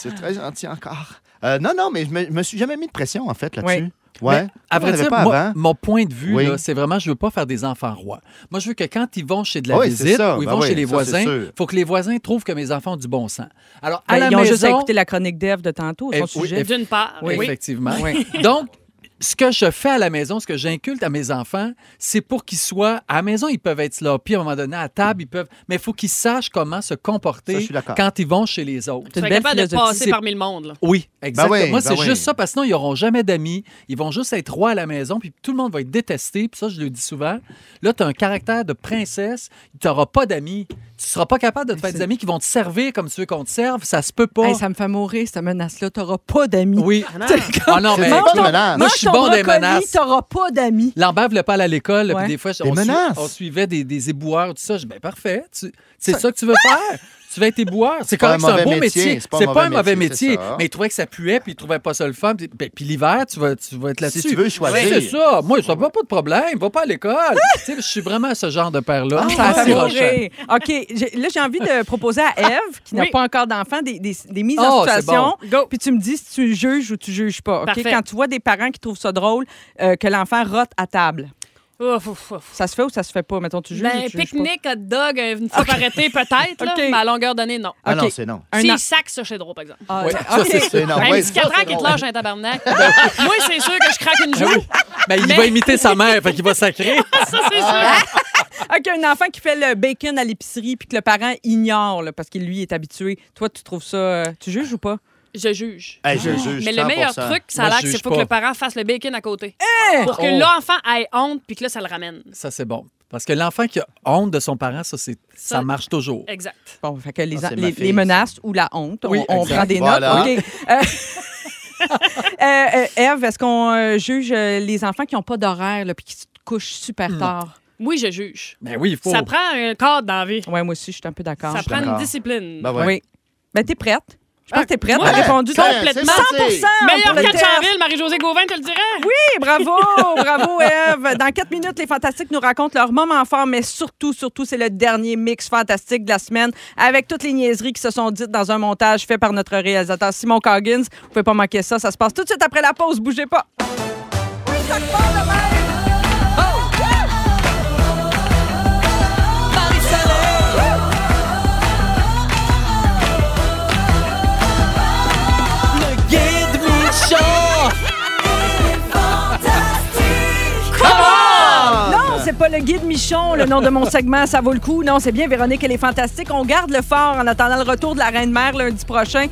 c'est très gentil encore. Euh, non, non, mais je me, je me suis jamais mis de pression, en fait, là-dessus. Ouais. à Vous en vrai avez dire, pas moi, avant. mon point de vue, Oui. là, c'est vraiment, je veux pas faire des enfants rois. Moi, je veux que quand ils vont chez de la Oui, c'est visite ça. ou ils Ben vont oui, chez les ça, c'est voisins, sûr. faut que les voisins trouvent que mes enfants ont du bon sens. Alors, à Ben, la ils ont maison, juste à écouter la chronique d'Ève de tantôt, Eh son oui, sujet. eff- D'une part, Oui, oui. effectivement. Donc, ce que je fais à la maison, ce que j'inculte à mes enfants, c'est pour qu'ils soient à la maison, ils peuvent être sloppy à un moment donné, à table, ils peuvent. Mais il faut qu'ils sachent comment se Ça, je comporter suis d'accord. quand ils vont chez les autres. Tu C'est une serais belle capable de philosophie. passer C'est- parmi le monde. là. Oui, exactement. oui, Moi, ben c'est oui. juste ça, parce que sinon, ils n'auront jamais d'amis. Ils vont juste être rois à la maison, puis tout le monde va être détesté. Puis ça, je le dis souvent. Là, tu as un caractère de princesse, tu n'auras pas d'amis. Tu seras pas capable de te faire des amis qui vont te servir comme tu veux qu'on te serve. Ça se peut pas. Hey, ça me fait mourir, cette menace-là. T'auras pas d'amis. Oui. Ah non, C'est mais pas écoute, une menace. moi, je suis bon des menaces. T'auras pas d'amis. Lambert voulait pas aller à l'école, Ouais. puis des fois, je- Des on, sui- menaces. on suivait des, des éboueurs, tout ça. Je dis, ben parfait, tu- c'est ça que tu veux faire. Tu vas être éboueur. C'est pas correct, un c'est un mauvais beau métier. métier. C'est pas un mauvais métier, c'est ça. Mais il trouvait que ça puait, puis il trouvait pas ça le fun. Puis, ben, puis l'hiver, tu vas, tu vas être là-dessus. tu veux choisir. C'est ça. Moi, ça va pas de problème. Va pas à l'école. Tu sais, je suis vraiment ce genre de père-là. Ah, Ça a C'est fait rochant. mourir. OK, j'ai- là, j'ai envie de proposer à Eve, qui n'a Oui. pas encore d'enfant, des, des- des mises en Oh, c'est situation. Go. Puis tu me dis si tu juges ou tu juges pas. OK? Parfait. Quand tu vois des parents qui trouvent ça drôle, euh, que l'enfant rote à table, Ouf, ouf, ouf. ça se fait ou ça se fait pas? Mettons, tu juges ou Ben, tu juges pique-nique, hot dog, euh, une fois arrêté peut-être, là, OK. mais à longueur donnée, non. Ah OK. non, c'est non. Un S'il an. sac, ça, c'est drôle, par exemple. pas? Ah, Ouais, OK. ça, c'est C'est non. Un Ouais, petit ça, 4 c'est ans qui te drôle. lâche un tabarnak. Moi, c'est sûr que je craque une Ah joue. Mais Ben il va imiter sa mère, fait qu'il va sacrer. Ça, c'est sûr. OK, un enfant qui fait le bacon à l'épicerie puis que le parent ignore là, parce qu'il lui est habitué. Toi, tu trouves ça. euh, tu juges ou pas? Je juge. Hey, je juge Mais le meilleur 100%. truc, ça a Moi, l'air je que c'est juge faut que pas. le parent fasse le bacon à côté. Eh! Pour que Oh. l'enfant ait honte, puis que là, ça le ramène. Ça, c'est bon. Parce que l'enfant qui a honte de son parent, ça, c'est- ça Ça- marche toujours. Exact. Bon, fait que les, Ah, c'est les- ma les fille, menaces ou la honte, on- Oui, on, exact. prend des notes. Voilà. OK. Euh, euh, euh, Ève, est-ce qu'on euh, juge euh, les enfants qui n'ont pas d'horaire là, puis qui se couchent super tard? Oui, je juge. Ben oui, il faut. Ça prend un cadre dans la vie. Oui, moi aussi, je suis un peu d'accord. Ça prend une d'accord. discipline. Ben ouais. Oui. Ben, t'es prête. Je pense que t'es prête. moi, T'as Ouais, répondu c'est- complètement. c'est parti. 100 Meilleur pour le test. que ville Marie-Josée Gauvin te le dirait. Oui, bravo, bravo, Eve. Dans quatre minutes, les Fantastiques nous racontent leur moment fort, mais surtout, surtout, c'est le dernier mix fantastique de la semaine avec toutes les niaiseries qui se sont dites dans un montage fait par notre réalisateur Simon Coggins. Vous pouvez pas manquer ça. Ça se passe tout de suite après la pause. Bougez pas. Guide Michon! Ah. Non, c'est pas le guide Michon, le nom de mon segment, ça vaut le coup. Non, c'est bien Véronique, elle est fantastique. On garde le fort en attendant le retour de la Reine-Mère lundi prochain.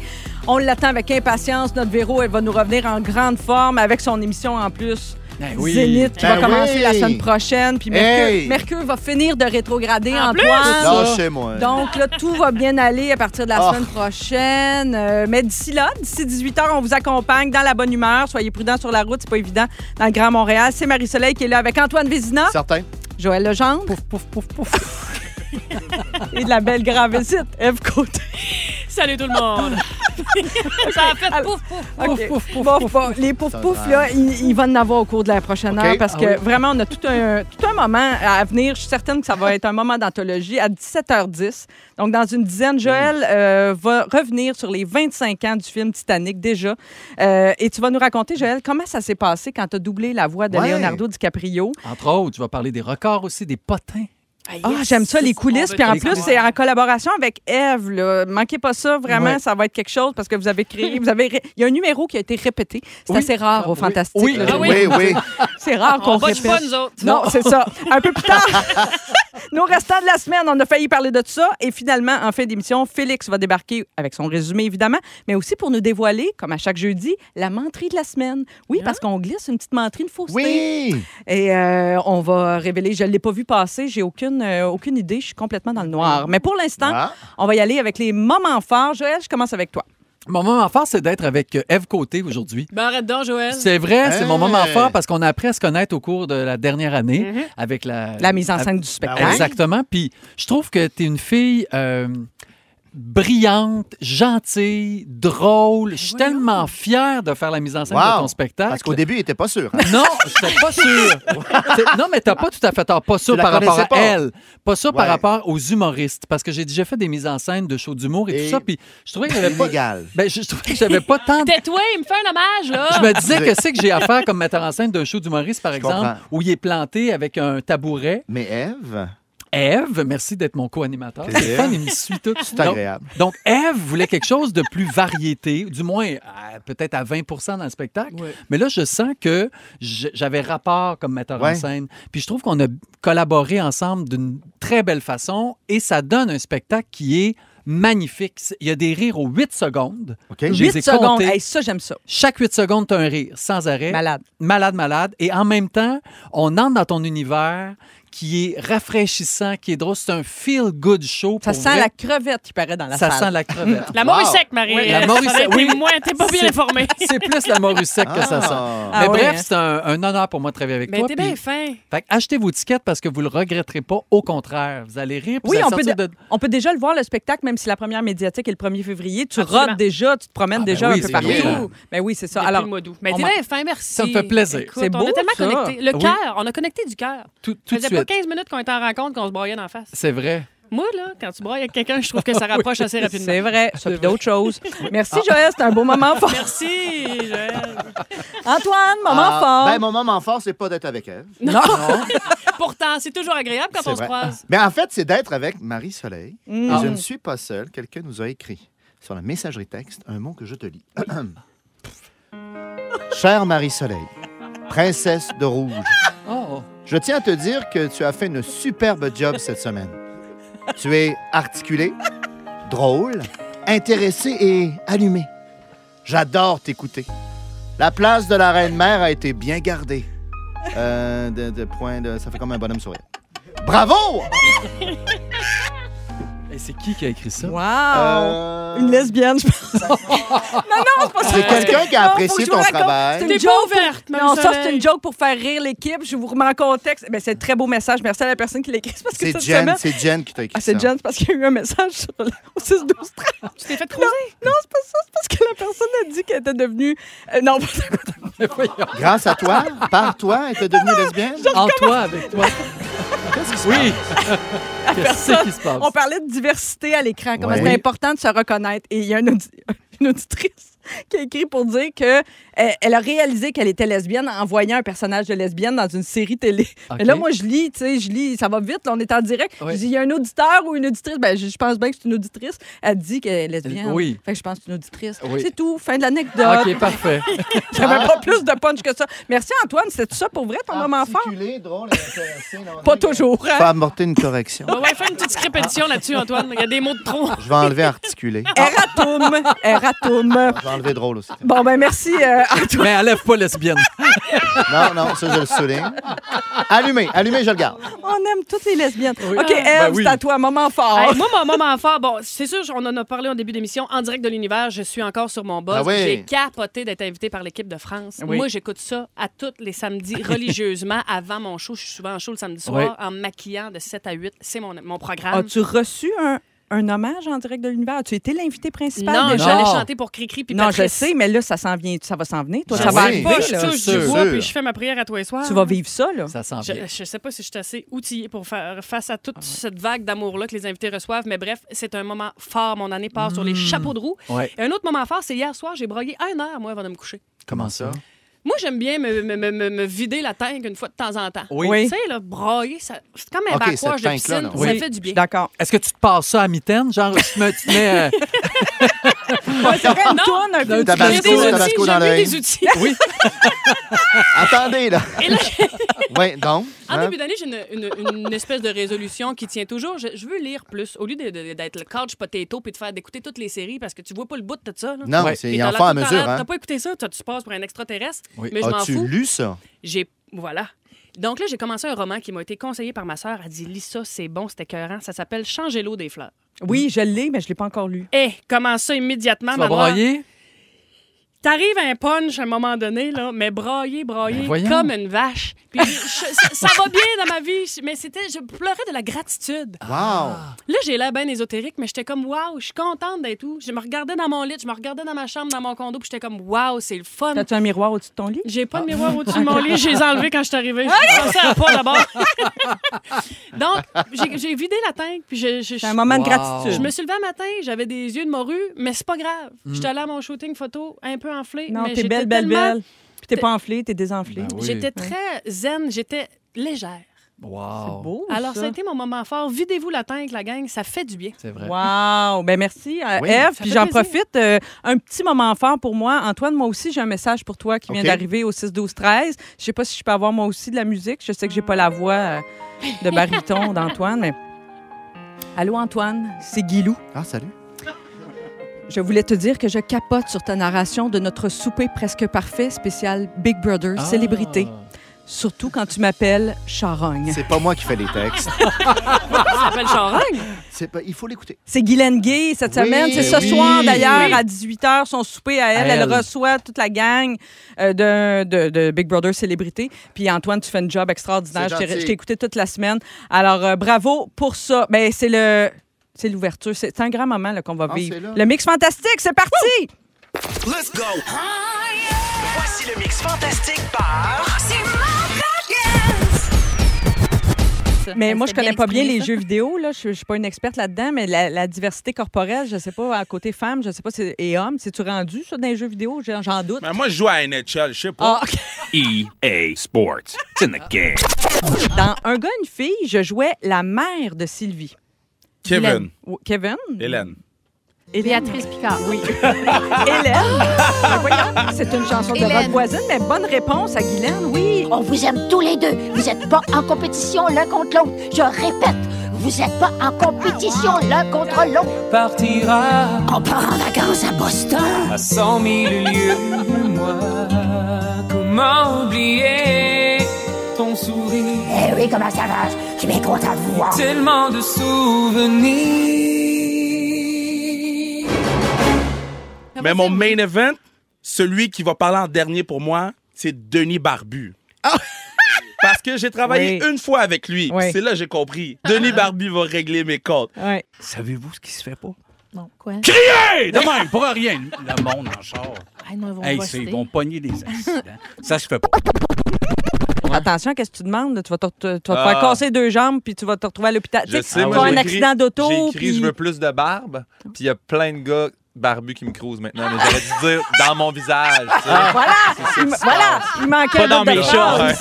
On l'attend avec impatience. Notre Véro, elle va nous revenir en grande forme avec son émission en plus. Ben oui. Zénith qui Ben va commencer oui. la semaine prochaine. Puis Mercure, Hey. Mercure va finir de rétrograder En plus. Antoine. Lâchez-moi. Ah. Donc là, tout va bien aller à partir de la Oh. semaine prochaine. Euh, mais d'ici là, d'ici 18h, on vous accompagne dans la bonne humeur. Soyez prudents sur la route, c'est pas évident dans le Grand Montréal. C'est Marie-Soleil qui est là avec Antoine Vézina. Certain. Joël Legendre. Et de la belle grave visite, Eve Côté. Salut tout le monde. ça a fait pouf, pouf. OK. Bon, bon, les pouf Ça pouf, va. là, ils, ils vont en avoir au cours de la prochaine OK. heure parce Ah que oui. vraiment, on a tout un, tout un moment à venir. Je suis certaine que ça va être un moment d'anthologie à 17h10. Donc, dans une dizaine, Joël euh, va revenir sur les 25 ans du film Titanic déjà. Euh, et tu vas nous raconter, Joël, comment ça s'est passé quand tu as doublé la voix de Ouais. Leonardo DiCaprio. Entre autres, tu vas parler des records aussi, des potins. Ah, j'aime ça, les coulisses. Puis en tout plus, savoir. c'est en collaboration avec Eve. là. Manquez pas ça, vraiment, Ouais. ça va être quelque chose parce que vous avez créé. Vous avez ré- Il y a un numéro qui a été répété. C'est assez rare au Fantastique. Oui. là. Ah oui, oui. C'est rare qu'on On botche répète. pas, nous autres. Non, c'est ça. Un peu plus tard, nos restants de la semaine, on a failli parler de tout ça. Et finalement, en fin d'émission, Félix va débarquer avec son résumé, évidemment, mais aussi pour nous dévoiler, comme à chaque jeudi, la menterie de la semaine. Hein? Oui, parce qu'on glisse une petite menterie, une fausse Oui! et euh, on va révéler. Je ne l'ai pas vu passer. J'ai aucune, euh, aucune idée. Je suis complètement dans le noir. Mais pour l'instant, Ah. on va y aller avec les moments forts. Joël, je commence avec toi. Mon moment fort, c'est d'être avec euh, Ève Côté aujourd'hui. Ben, arrête donc, Joël. C'est vrai, c'est mon Hey. moment fort parce qu'on a appris à se connaître au cours de la dernière année avec la... La mise en avec- scène du spectacle. Exactement. Puis je trouve que tu es une fille euh, brillante, gentille, drôle. Je suis tellement fière de faire la mise en scène de Wow. ton spectacle. Parce qu'au début, il était pas sûr. hein. Non, je n'étais pas sûr. C'est- non, mais t'as pas tout à fait tort. Pas sûr la par rapport à connaissais pas. elle. Pas sûr par Ouais. rapport aux humoristes. Parce que j'ai déjà fait des mises en scène de shows d'humour et, Et- tout ça. Puis je trouvais que j'avais pas. Illégal. Ben, je, je trouvais que j'avais pas tant de. Tais-toi, il me fait un hommage, là. Je me disais que c'est que j'ai à faire comme metteur en scène d'un show d'humoriste, par exemple, comprends. où il est planté avec un tabouret. Mais Eve, Ève, merci d'être mon co-animateur. Plaisir. C'est le fun, il me suit tout. c'est agréable. Donc, Ève voulait quelque chose de plus variété, du moins euh, peut-être à 20 dans le spectacle. Mais là, je sens que je- j'avais rapport comme metteur en Ouais. scène. Puis je trouve qu'on a collaboré ensemble d'une très belle façon et ça donne un spectacle qui est magnifique. C'est- Il y a des rires aux 8 secondes. OK? Hein? Je les ai Huit secondes. comptés. Hey, ça, j'aime ça. Chaque 8 secondes, tu as un rire sans arrêt. Malade. Malade, malade. Et en même temps, on entre dans ton univers qui est rafraîchissant, qui est drôle. C'est un feel-good show. Ça pour sent vrai. la crevette qui paraît dans la Ça salle. sent la crevette. L'amour Wow. est sec, Marie. Oui, l'amour est Ça sec. aurait été Oui. moins, t'es pas bien C'est- informé. C'est plus la Maurice que ça sent. Ah. Ah Mais oui, bref, hein? c'est un, un honneur pour moi de travailler avec Ben, toi. t'es puis- bien fin. Fait que achetez vos tickets parce que vous le regretterez pas. Au contraire, vous allez rire. puis Oui, vous on allez peut, sortir de- de- on peut déjà le voir, le spectacle, même si la première médiatique est le 1er février. Tu Absolument. rôdes déjà, tu te promènes Ah, ben déjà oui, un peu c'est partout. bien. Mais oui, c'est ça. Alors, Alors, le mois d'août. Mais on t'es m'a- bien fin, merci. Ça me fait plaisir. Écoute, C'est on beau, est tellement ça. Ah connectés. Le Oui. cœur, on a connecté du cœur. tout, tout Ça de faisait pas suite. 15 minutes qu'on était en rencontre qu'on se broyait d'en face. C'est vrai. Moi, là, quand tu broyes avec quelqu'un, je trouve que ça rapproche assez rapidement. Ah c'est vrai. Ça, puis d'autres choses. Merci, Joël. C'était un beau moment fort. Merci, Joël. Antoine, moment Ah, fort. Ben, mon moment fort, c'est pas d'être avec Eve. Pourtant, c'est toujours agréable quand C'est on se vrai. croise. Mais en fait, c'est d'être avec Marie Soleil. Mm. Et je ne suis pas seul. Quelqu'un nous a écrit sur la messagerie texte un mot que je te lis. Chère Marie Soleil, princesse de rouge, Oh, je tiens à te dire que tu as fait une superbe job cette semaine. Tu es articulée, drôle, intéressée et allumée. J'adore t'écouter. La place de la reine-mère a été bien gardée. Euh, de, de point de- ça fait comme un bonhomme sourire. Bravo! Et c'est qui qui a écrit ça? Wow! Euh, Une lesbienne, je pense. non, non, c'est pas ça. C'est quelqu'un qui Non, a faut apprécié que je vous ton raconte. travail. C'est T'es une pas joke. ouverte, Non, ça, c'est une joke. joke pour faire rire l'équipe. Je vous remets en contexte. Ben, c'est un très beau message. Merci à la personne qui l'a écrit. C'est parce que C'est cette Jen, semaine- c'est Jen qui t'a écrit Ah, c'est ça. Jen, c'est parce qu'il y a eu un message sur le... au 6 12 13 Tu t'es fait Ah croiser. Non, c'est pas ça. C'est parce que la personne a dit qu'elle était devenue. euh, non, Grâce à toi, par toi, elle est devenue lesbienne. En toi, avec toi. oui. Qu'est-ce qui se passe? on parlait de diversité à l'écran. Comment Ouais. c'est important de se reconnaître. Et il y a une, audi- une auditrice qui a écrit pour dire que euh, elle a réalisé qu'elle était lesbienne en voyant un personnage de lesbienne dans une série télé. OK. Mais là, moi, je lis, tu sais, je lis, ça va vite, là, on est en direct. Ouais. Je dis, il y a un auditeur ou une auditrice, ben, je je pense bien que c'est une auditrice, elle dit qu'elle est lesbienne. Oui. Fait que je pense que c'est une auditrice. Oui. C'est tout, fin de l'anecdote. OK, Ah. parfait. J'avais pas plus de punch que ça. Merci Antoine, c'est tout ça pour vrai Ah, ton moment fort? Articulée, drôle et intéressée, non, Pas mais- toujours. hein? Faut apporter une correction. On va faire une petite répétition là-dessus, Antoine. Il y a des mots de trop. Je vais enlever articulée. Eh. Erratum, erratum. Je vais enlever drôle aussi. Bon ben merci euh, Antoine. Mais enlève pas lesbienne. Non, non, ça, je le souligne. Allumé, allumé, je le garde. On aime toutes les lesbiennes. Oui. OK, Ah. Eve, Ben oui. c'est à toi, moment fort. Hey, moi, mon moment fort, bon, c'est sûr, on en a parlé en début d'émission. En direct de l'univers, je suis encore sur mon buzz. Ah oui. J'ai capoté d'être invité par l'équipe de France. Oui. Moi, j'écoute ça à tous les samedis religieusement avant mon show. Je suis souvent en show le samedi soir Oui. en me maquillant de 7 à 8. C'est mon, mon programme. As-tu reçu un, un hommage en direct de l'univers? As-tu été l'invité principal? non, de- j'allais Non. chanter pour Cricri puis Non, je Patrice. sais, mais là, ça s'en vient. Ça va s'en venir. Toi, Je ça va sais arriver. pas, je là. touche du Sûr. bois Sûr. puis je fais ma prière à toi et soir. Tu vas vivre ça, là. Ça sent bien. Je, je sais pas si je suis assez outillée pour faire face à toute Ah cette vague d'amour-là que les invités reçoivent, mais bref, c'est un moment fort. Mon année Hmm. part sur les chapeaux de roue. Ouais. Et un autre moment fort, c'est hier soir, j'ai broyé un heure, moi, avant de me coucher. Comment ça? Moi, j'aime bien me, me- me- me- me vider la tank une fois de temps en temps. Oui. Tu sais, là, brailler, ça... c'est comme un Ok, backwash cette de tank-là, piscine. là. Ça Oui. fait du bien. D'accord. Est-ce que tu te passes ça à mitaine? Genre, tu me- tu te mets, euh, Ah, Ouais, c'est vrai, une tourne, un peu. J'ai des Tabasco, outils, tabasco j'ai dans Hein? mis l'œil. des outils. Attendez, là. Et là, Oui, donc. en hein? début d'année, j'ai une, une- une espèce de résolution qui tient toujours. Je, je veux lire plus. Au lieu de- de- d'être le couch potato puis de faire d'écouter toutes les séries parce que tu vois pas le bout de tout ça. là. Non, Ouais. c'est Puis il t'as en la fait à toute mesure. parade. Hein. T'as pas écouté ça, toi, tu passes pour un extraterrestre. Oui. Mais je m'en As-tu fous. lu ça? J'ai. Voilà. Donc là, j'ai commencé un roman qui m'a été conseillé par ma sœur. Elle dit Lis ça, c'est bon, c'est écœurant. Ça s'appelle Changer l'eau des fleurs. Oui, je l'ai, mais je ne l'ai pas encore lu. Eh, commence ça immédiatement, tu vas Manoir. broyer? T'arrives à un punch à un moment donné, là, mais brailler, Ben brailler voyons. comme une vache. Puis je- ça, ça va bien dans ma vie, mais c'était, je pleurais de la gratitude. Wow! Là, j'ai l'air bien ésotérique, mais j'étais comme, waouh, je suis contente d'être où. Je me regardais dans mon lit, je me regardais dans ma chambre, dans mon condo, puis j'étais comme, waouh, c'est le fun. T'as-tu un miroir au-dessus de ton lit? J'ai pas de miroir au-dessus de mon lit. Je les ai enlevés quand je suis arrivée. Je pensais à pas d'abord. Donc, j'ai- j'ai vidé la tank. Puis je, je- je- C'est un moment de Wow. gratitude. je me suis levée le matin, j'avais des yeux de morue, mais c'est pas grave. J'étais allée à mon shooting photo un peu enflée. Non, mais t'es j'étais belle, belle, tellement- belle. Puis t'es pas enflée, t'es désenflée. Ben oui. J'étais très zen, j'étais légère. Wow. Beau, Alors, ça a été mon moment fort. Videz-vous la tank, la gang, ça fait du bien. C'est vrai. Wow! Ben merci, euh, Oui, Ève. ça Puis fait j'en plaisir. profite. euh, un petit moment fort pour moi. Antoine, moi aussi, j'ai un message pour toi qui vient OK. d'arriver au 6-12-13. Je sais pas si je peux avoir moi aussi de la musique. Je sais que j'ai pas la voix euh, de baryton d'Antoine, mais... Allô, Antoine, c'est Guilou. Ah, salut. Je voulais te dire que je capote sur ta narration de notre souper presque parfait spécial Big Brother Ah. Célébrité. Surtout quand tu m'appelles Charogne. C'est pas moi qui fais les textes. Ça s'appelle charogne. C'est pas... Il faut l'écouter. C'est Guylaine Gay cette Oui, semaine. C'est ce oui. soir, d'ailleurs, Oui. à 18h, son souper à elle. À elle. elle. reçoit toute la gang euh, de, de- de Big Brother Célébrité. Puis Antoine, tu fais un job extraordinaire. C'est Je t'ai- gentil. je t'ai écouté toute la semaine. Alors, euh, bravo pour ça. Ben, c'est le... C'est l'ouverture. C'est c'est un grand moment là, qu'on va Ah, vivre. c'est là. Le mix fantastique, c'est parti! Let's go! Voici le mix fantastique par... Mais Ça, moi, je c'est connais bien pas bien exprimé, ça. les jeux vidéo. Là. Je, je suis pas une experte là-dedans, mais la, la diversité corporelle, je sais pas, à côté femme, je sais pas, c'est- et homme, c'est-tu rendu ça dans les jeux vidéo? J'en j'en doute. Ah. Mais Ah, moi, je joue à NHL, je sais pas. Ah, OK. EA E Sports. It's in the game. Dans Un gars, une fille, je jouais la mère de Sylvie. Hélène. Kevin, Oh, Kevin? Hélène. Hélène. Béatrice Picard. Oui. Hélène. Mais voyons, C'est une chanson de Hélène. Oh. votre voisine, mais bonne réponse à Guylaine, oui. On vous aime tous les deux. Vous n'êtes pas en compétition l'un contre l'autre. Je répète, vous n'êtes pas en compétition l'un contre l'autre. Partira On part en vacances à Boston. à cent mille lieues moi. Comment oublier ton sourire? Eh oui, comment ça va? Je suis bien content de vous voir. Tellement de souvenirs. Mais mon main event, celui qui va parler en dernier pour moi, c'est Denis Barbu. Parce que j'ai travaillé Oui. une fois avec lui. Oui. C'est là que j'ai compris. Denis Barbu va régler mes comptes. Ouais. Savez-vous ce qui se fait pas? Non, quoi? Hey, de même, pour rien. Le monde en char. Ah, non, ils vont Hey, c'est- poster. ils vont pogner des accidents. Ça se fait pas. Attention, qu'est-ce que tu demandes? là? Tu vas te, tu vas te Ah. faire casser deux jambes, puis tu vas te retrouver à l'hôpital. Je Tu sais, tu moi, vas avoir j'ai un écrit- accident d'auto. j'ai écrit, puis... je veux plus de barbe, puis il y a plein de gars barbus qui me crousent maintenant. Mais j'aurais dû dire dans mon visage. tu sais. Ah, Voilà! Il, voilà! Il manquait Pas l'autre dans de mes phrase.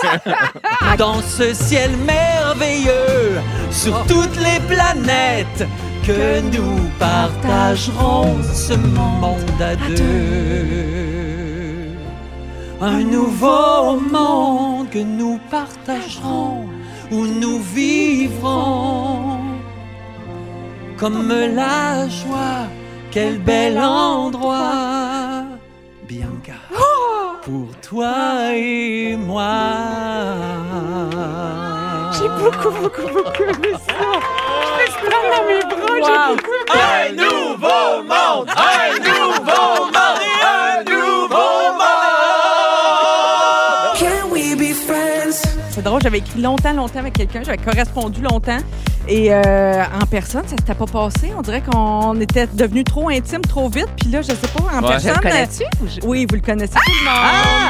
chats. Dans ce ciel merveilleux, sur toutes les planètes, Oh. que nous partagerons ce monde à deux. Un nouveau monde que nous partagerons, où nous vivrons. Comme la joie, quel bel endroit. Bianca, pour toi et moi. J'ai beaucoup, beaucoup, beaucoup aimé ça. Je fais se prendre dans mes bras. j'ai beaucoup aimé. Un nouveau monde! Un nouveau monde! Un nouveau monde! C'est drôle, j'avais écrit longtemps, longtemps avec quelqu'un. J'avais correspondu longtemps. Et euh, en personne, ça s'était pas passé. On dirait qu'on était devenu trop intime trop vite. Puis là, je sais pas, en Ouais. personne. Je le connais-tu euh, Oui, vous le connaissez tout le monde,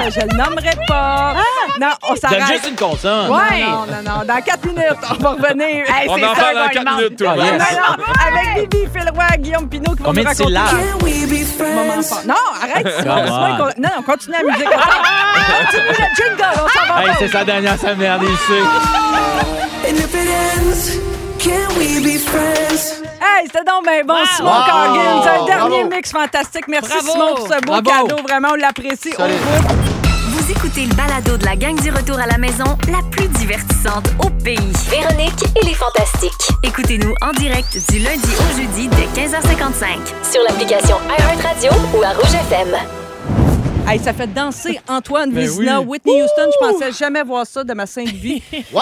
mais je le nommerai pas. Non, on s'arrête. Ah! Donne juste une consonne. Ouais. Non, non, non, Dans quatre minutes, on va revenir. Hey, On c'est en ça parle dans qu'on quatre demande. minutes, toi. Non, Ah, Yes. Ah, non, non. Avec Bibi, Phil Roy, Guillaume Pinot qui vont Combien nous de raconter. syllabes? Can we be friends? Moment fort. Non, arrête. Simon, Come Simon, on. qu'on- Non, non, continue la musique. continue le jingle. On s'en va Hey, pas. c'est sa dernière semaine à And if it ends, can we be friends? Hey, c'était donc ben bon, Simon Coggins. Un dernier Bravo. mix fantastique. Merci, Bravo. Simon, pour ce beau Bravo. cadeau. Vraiment, on l'apprécie au bout. Vous écoutez le balado de la gang du retour à la maison, la plus divertissante au pays. Véronique et les Fantastiques. Écoutez-nous en direct du lundi au jeudi dès 15h55. Sur l'application iHeartRadio ou à Rouge FM. Hey, ça fait danser Antoine Ben Vézina, oui. Whitney Houston. Je pensais jamais voir ça de ma sainte vie. wow!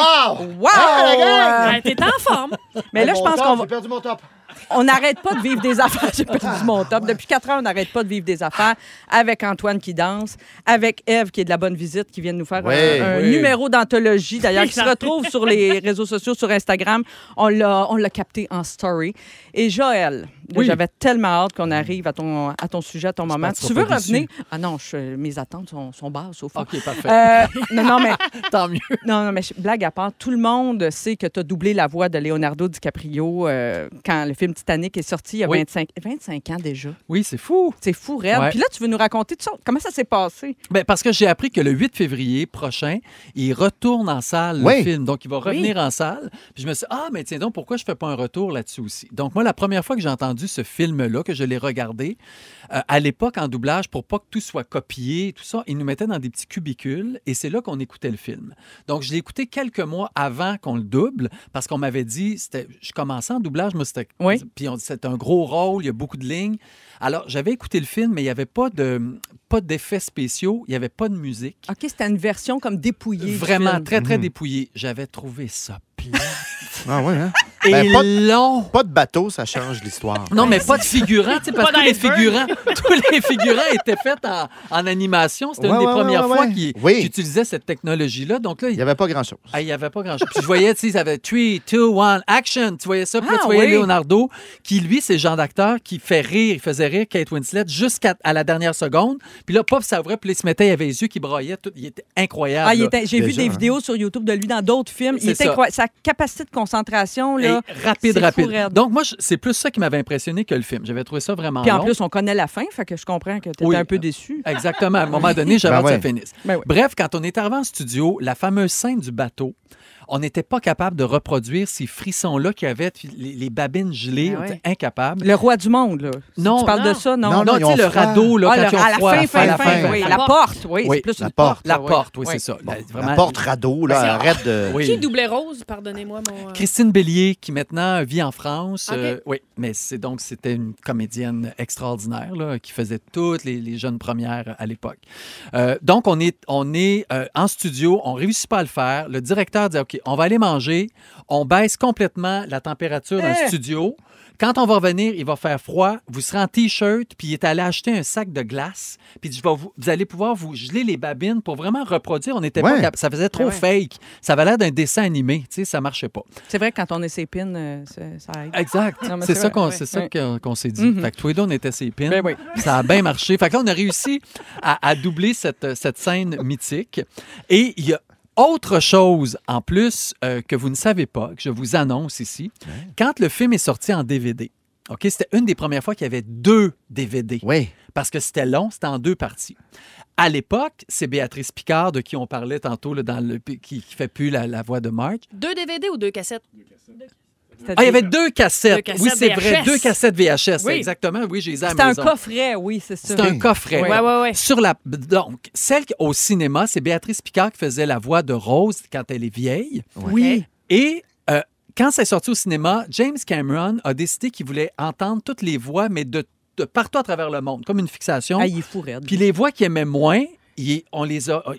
Wow! Ah, la gang! Euh, Ben, t'es en forme. Mais là, je Mon pense top, qu'on va... J'ai perdu mon top. On n'arrête pas de vivre des affaires. J'ai perdu mon top. Depuis quatre ans, on n'arrête pas de vivre des affaires avec Antoine qui danse, avec Eve qui est de la bonne visite, qui vient de nous faire Ouais. un, un Oui. numéro d'anthologie, d'ailleurs, qui se retrouve sur les réseaux sociaux, sur Instagram. On l'a on l'a capté en story. Et Joël, là, Oui. j'avais tellement hâte qu'on arrive à ton, à ton sujet, à ton moment. que tu Tu veux seras pas revenir? déçu. Ah non, je- mes attentes sont, sont basses, au fond. OK, parfait. Euh, non, non, mais. Tant mieux. Non, non, mais je- blague à part, tout le monde sait que tu as doublé la voix de Leonardo DiCaprio euh, quand le film Titanic est sorti il y a Oui. 25, 25 ans déjà. Oui, c'est fou. C'est fou, Red. Ouais. Puis là, tu veux nous raconter tout ça. Comment ça s'est passé? Ben, parce que j'ai appris que le 8 février prochain, il retourne en salle Oui. le film. Donc, il va revenir Oui. en salle. Puis je me suis dit, ah, mais tiens donc, pourquoi je ne fais pas un retour là-dessus aussi? Donc, moi, la première fois que j'ai entendu ce film-là, que je l'ai regardé, euh, à l'époque, en doublage, pour pas que tout soit copié, tout ça, ils nous mettaient dans des petits cubicules et c'est là qu'on écoutait le film. Donc, je l'ai écouté quelques mois avant qu'on le double parce qu'on m'avait dit, c'était- je commençais en doublage, moi, c'était puis on dit, c'est un gros rôle, il y a beaucoup de lignes. Alors, j'avais écouté le film, mais il n'y avait pas de pas d'effets spéciaux, il n'y avait pas de musique. OK, c'était une version comme dépouillée. du Vraiment film. très, Mhm. très dépouillé. J'avais trouvé ça Ah ouais, hein? Et pas de, long. Pas de bateau, ça change l'histoire. Non, mais pas de figurants, tu sais, parce Pas que les d'iceberg. figurants, tous les figurants étaient faits en, en animation. C'était Ouais, une des ouais, premières ouais, ouais, fois ouais. qui, Oui. qui utilisait cette technologie-là. Donc là, il n'y avait pas grand-chose. il n'y avait pas grand-chose. Puis je voyais, tu sais, ça avait 3, 2, 1, action. Tu voyais ça, puis là, Ah, tu voyais oui. Leonardo, qui, lui, c'est le genre d'acteur qui fait rire, il faisait rire Kate Winslet jusqu'à à la dernière seconde. Puis là, pop, ça ouvrait, puis là, il se mettait, il avait les yeux qui braillaient. tout. Il était incroyable. Ah, il là. hein. était- j'ai vu des vidéos sur YouTube de lui dans d'autres films. Il C'est était ça. incroyable. Sa capacité de concentration, là. Hey, rapide, c'est fou, rapide. raide. Donc, moi, je- c'est plus ça qui m'avait impressionné que le film. J'avais trouvé ça vraiment Puis en long. plus, on connaît la fin, fait que je comprends que tu étais Oui. un peu déçu. Exactement. À un moment donné, j'avais Ben que ça ouais. finisse. Ben oui. Bref, quand on est arrivé en studio, la fameuse scène du bateau, on n'était pas capable de reproduire ces frissons-là qu'il y avait, puis les, les babines gelées, Ben on ouais. était incapables. Le roi du monde, là. Non. Tu parles de ça, non? Non, non, tu sais, le radeau, là, Ah, quand le- ils ont à la froid, fin, à la fin, fin, fin, la oui. fin. La porte, oui. Oui, c'est plus la une porte. porte. là, La porte, oui, c'est ça. Bon, La- la Ben, vraiment- porte radeau, là, Ben, c'est- arrête de... Oui. Qui doublait Rose? Pardonnez-moi mon. euh, Christine Bélier, qui maintenant vit en France. Ok. euh, oui, mais c'est donc c'était une comédienne extraordinaire là, qui faisait toutes les, les jeunes premières à l'époque. Euh, donc on est on est euh, en studio, on réussit pas à le faire. Le directeur dit ok, on va aller manger, on baisse complètement la température dans Hey! le studio. Quand on va revenir, il va faire froid. Vous serez en t-shirt, puis il est allé acheter un sac de glace. Puis je vais vous, vous allez pouvoir vous geler les babines pour vraiment reproduire. On n'était pas Ouais. capable. Ça faisait trop Ah fake. Ça avait l'air d'un dessin animé. Tu sais, ça marchait pas. C'est vrai que quand on est ses pins, euh, c'est- ça aide. Exact. Non, mais C'est ça vrai, qu'on oui, c'est ça oui. Ben qu'on- qu'on s'est dit. Mhm. Fait que tous les deux, on était ses pins. Ça a bien marché. Fait que là, on a réussi à, à doubler cette, cette scène mythique. Et il y a autre chose en plus euh, que vous ne savez pas, que je vous annonce ici. Quand le film est sorti en DVD, OK, c'était une des premières fois qu'il y avait deux DVD. Oui. Parce que c'était long, c'était en deux parties. À l'époque, c'est Béatrice Picard de qui on parlait tantôt là, dans le, qui, qui fait plus la, la voix de Marge. Deux DVD ou deux cassettes? Ah, il y avait deux cassettes. Deux cassettes oui, c'est vrai. VHS. Deux cassettes VHS. Oui. Exactement. Oui, j'ai les ai à la C'était un maison. coffret, oui, c'est ça. C'est un coffret. Oui, oui, oui. Sur la... Donc, celle qui- au cinéma, c'est Béatrice Picard qui faisait la voix de Rose quand elle est vieille. Oui. Et euh, quand c'est sorti au cinéma, James Cameron a décidé qu'il voulait entendre toutes les voix, mais de, de partout à travers le monde, comme une fixation. Ah, il est fou, raide. Puis les voix qu'il aimait moins, il est- on les a. euh,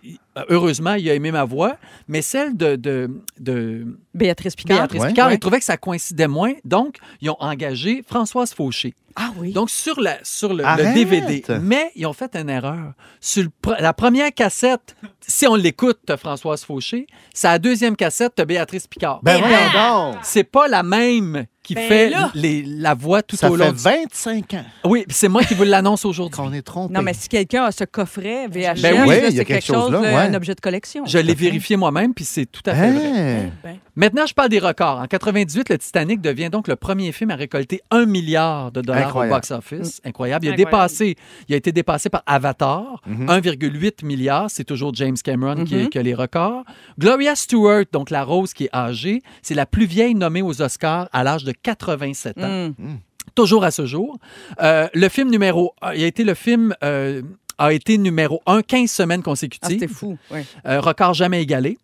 Heureusement, il a aimé ma voix, mais celle de. de, de- Béatrice Picard. Béatrice Ouais. Picard, Ouais. il trouvait que ça coïncidait moins. Donc, ils ont engagé Françoise Fauché. Ah oui. Donc, sur, la, sur le, le Arrête. DVD. Mais ils ont fait une erreur. Sur le pre- la première cassette, si on l'écoute, t'as Françoise Fauché, c'est la deuxième cassette, t'as Béatrice Picard. Ben voyons C'est pas la même qui Ben fait là. les- la voix tout Ça au fait long. 25 ans. Oui, puis c'est moi qui vous l'annonce aujourd'hui. Qu'on est trompé. Non, mais si quelqu'un a ce coffret VHS, Ben oui, là, il y a c'est quelque chose là, euh, ouais. un objet de collection. Je l'ai vérifié moi-même, puis c'est tout à Hein? fait Ah vrai. Ben. Maintenant, je parle des records. En 98, le Titanic devient donc le premier film à récolter un milliard de dollars Incroyable. Mm. au box-office. Incroyable. Il a Incroyable. dépassé, il a été dépassé par Avatar, Mm-hmm. 1,8 milliard. C'est toujours James Cameron Mhm. qui, qui a les records. Gloria Stewart, donc la rose qui est âgée, c'est la plus vieille nommée aux Oscars à l'âge de 87 ans. Mm. Mm. Toujours à ce jour. Euh, le film numéro, un- il a été le film. euh, a été numéro 1 15 semaines consécutives. ah, C'était fou, oui. Euh, record jamais égalé.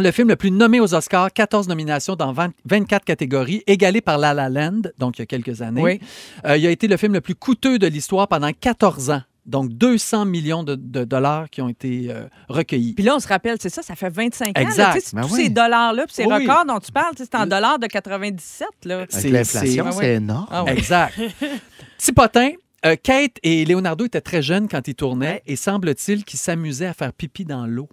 Le film le plus nommé aux Oscars, 14 nominations dans 20 24 catégories, égalé par La La Land, donc il y a quelques années. Oui. Euh, il a été le film le plus coûteux de l'histoire pendant 14 ans. Donc 200 millions de, de dollars qui ont été euh, recueillis. Puis là, on se rappelle, c'est ça, ça fait 25 ans. Exact. là, tu sais, c'est Ben tous oui. ces dollars-là, puis ces Oui. records dont tu parles, tu sais, c'est en dollars de 97. Là. C'est- l'inflation, c'est énorme. Ah oui. Exact. Petit potin, euh, Kate et Leonardo étaient très jeunes quand ils tournaient et semble-t-il qu'ils s'amusaient à faire pipi dans l'eau.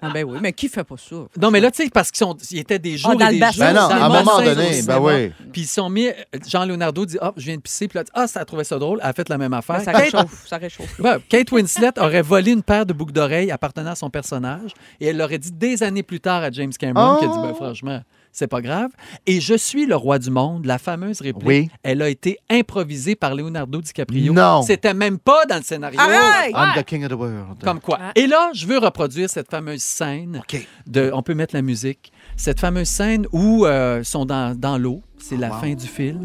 Ah ben oui, mais qui fait pas ça? Non, mais là, tu sais, parce qu'ils sont- ils étaient des jours Ah, dans et le des bassin. jours. Ben non, dans le à un moment bassin, donné, au cinéma. ben Puis ils se sont mis... Jean-Leonardo dit, hop, je viens de pisser. Puis là, ah, ça trouvait ça drôle. Elle a fait la même affaire. Ben, ça Kate- réchauffe, ça réchauffe. Ouais, Kate Winslet aurait volé une paire de boucles d'oreilles appartenant à son personnage et elle l'aurait dit des années plus tard à James Cameron qui a dit Oh! ben, franchement c'est pas grave et je suis le roi du monde la fameuse réplique Oui. elle a été improvisée par Leonardo DiCaprio Non. c'était même pas dans le scénario Arrête! Ah, I'm the king of the world. comme quoi et là je veux reproduire cette fameuse scène de on peut mettre la musique cette fameuse scène où euh, ils sont dans, dans l'eau c'est la wow. fin du film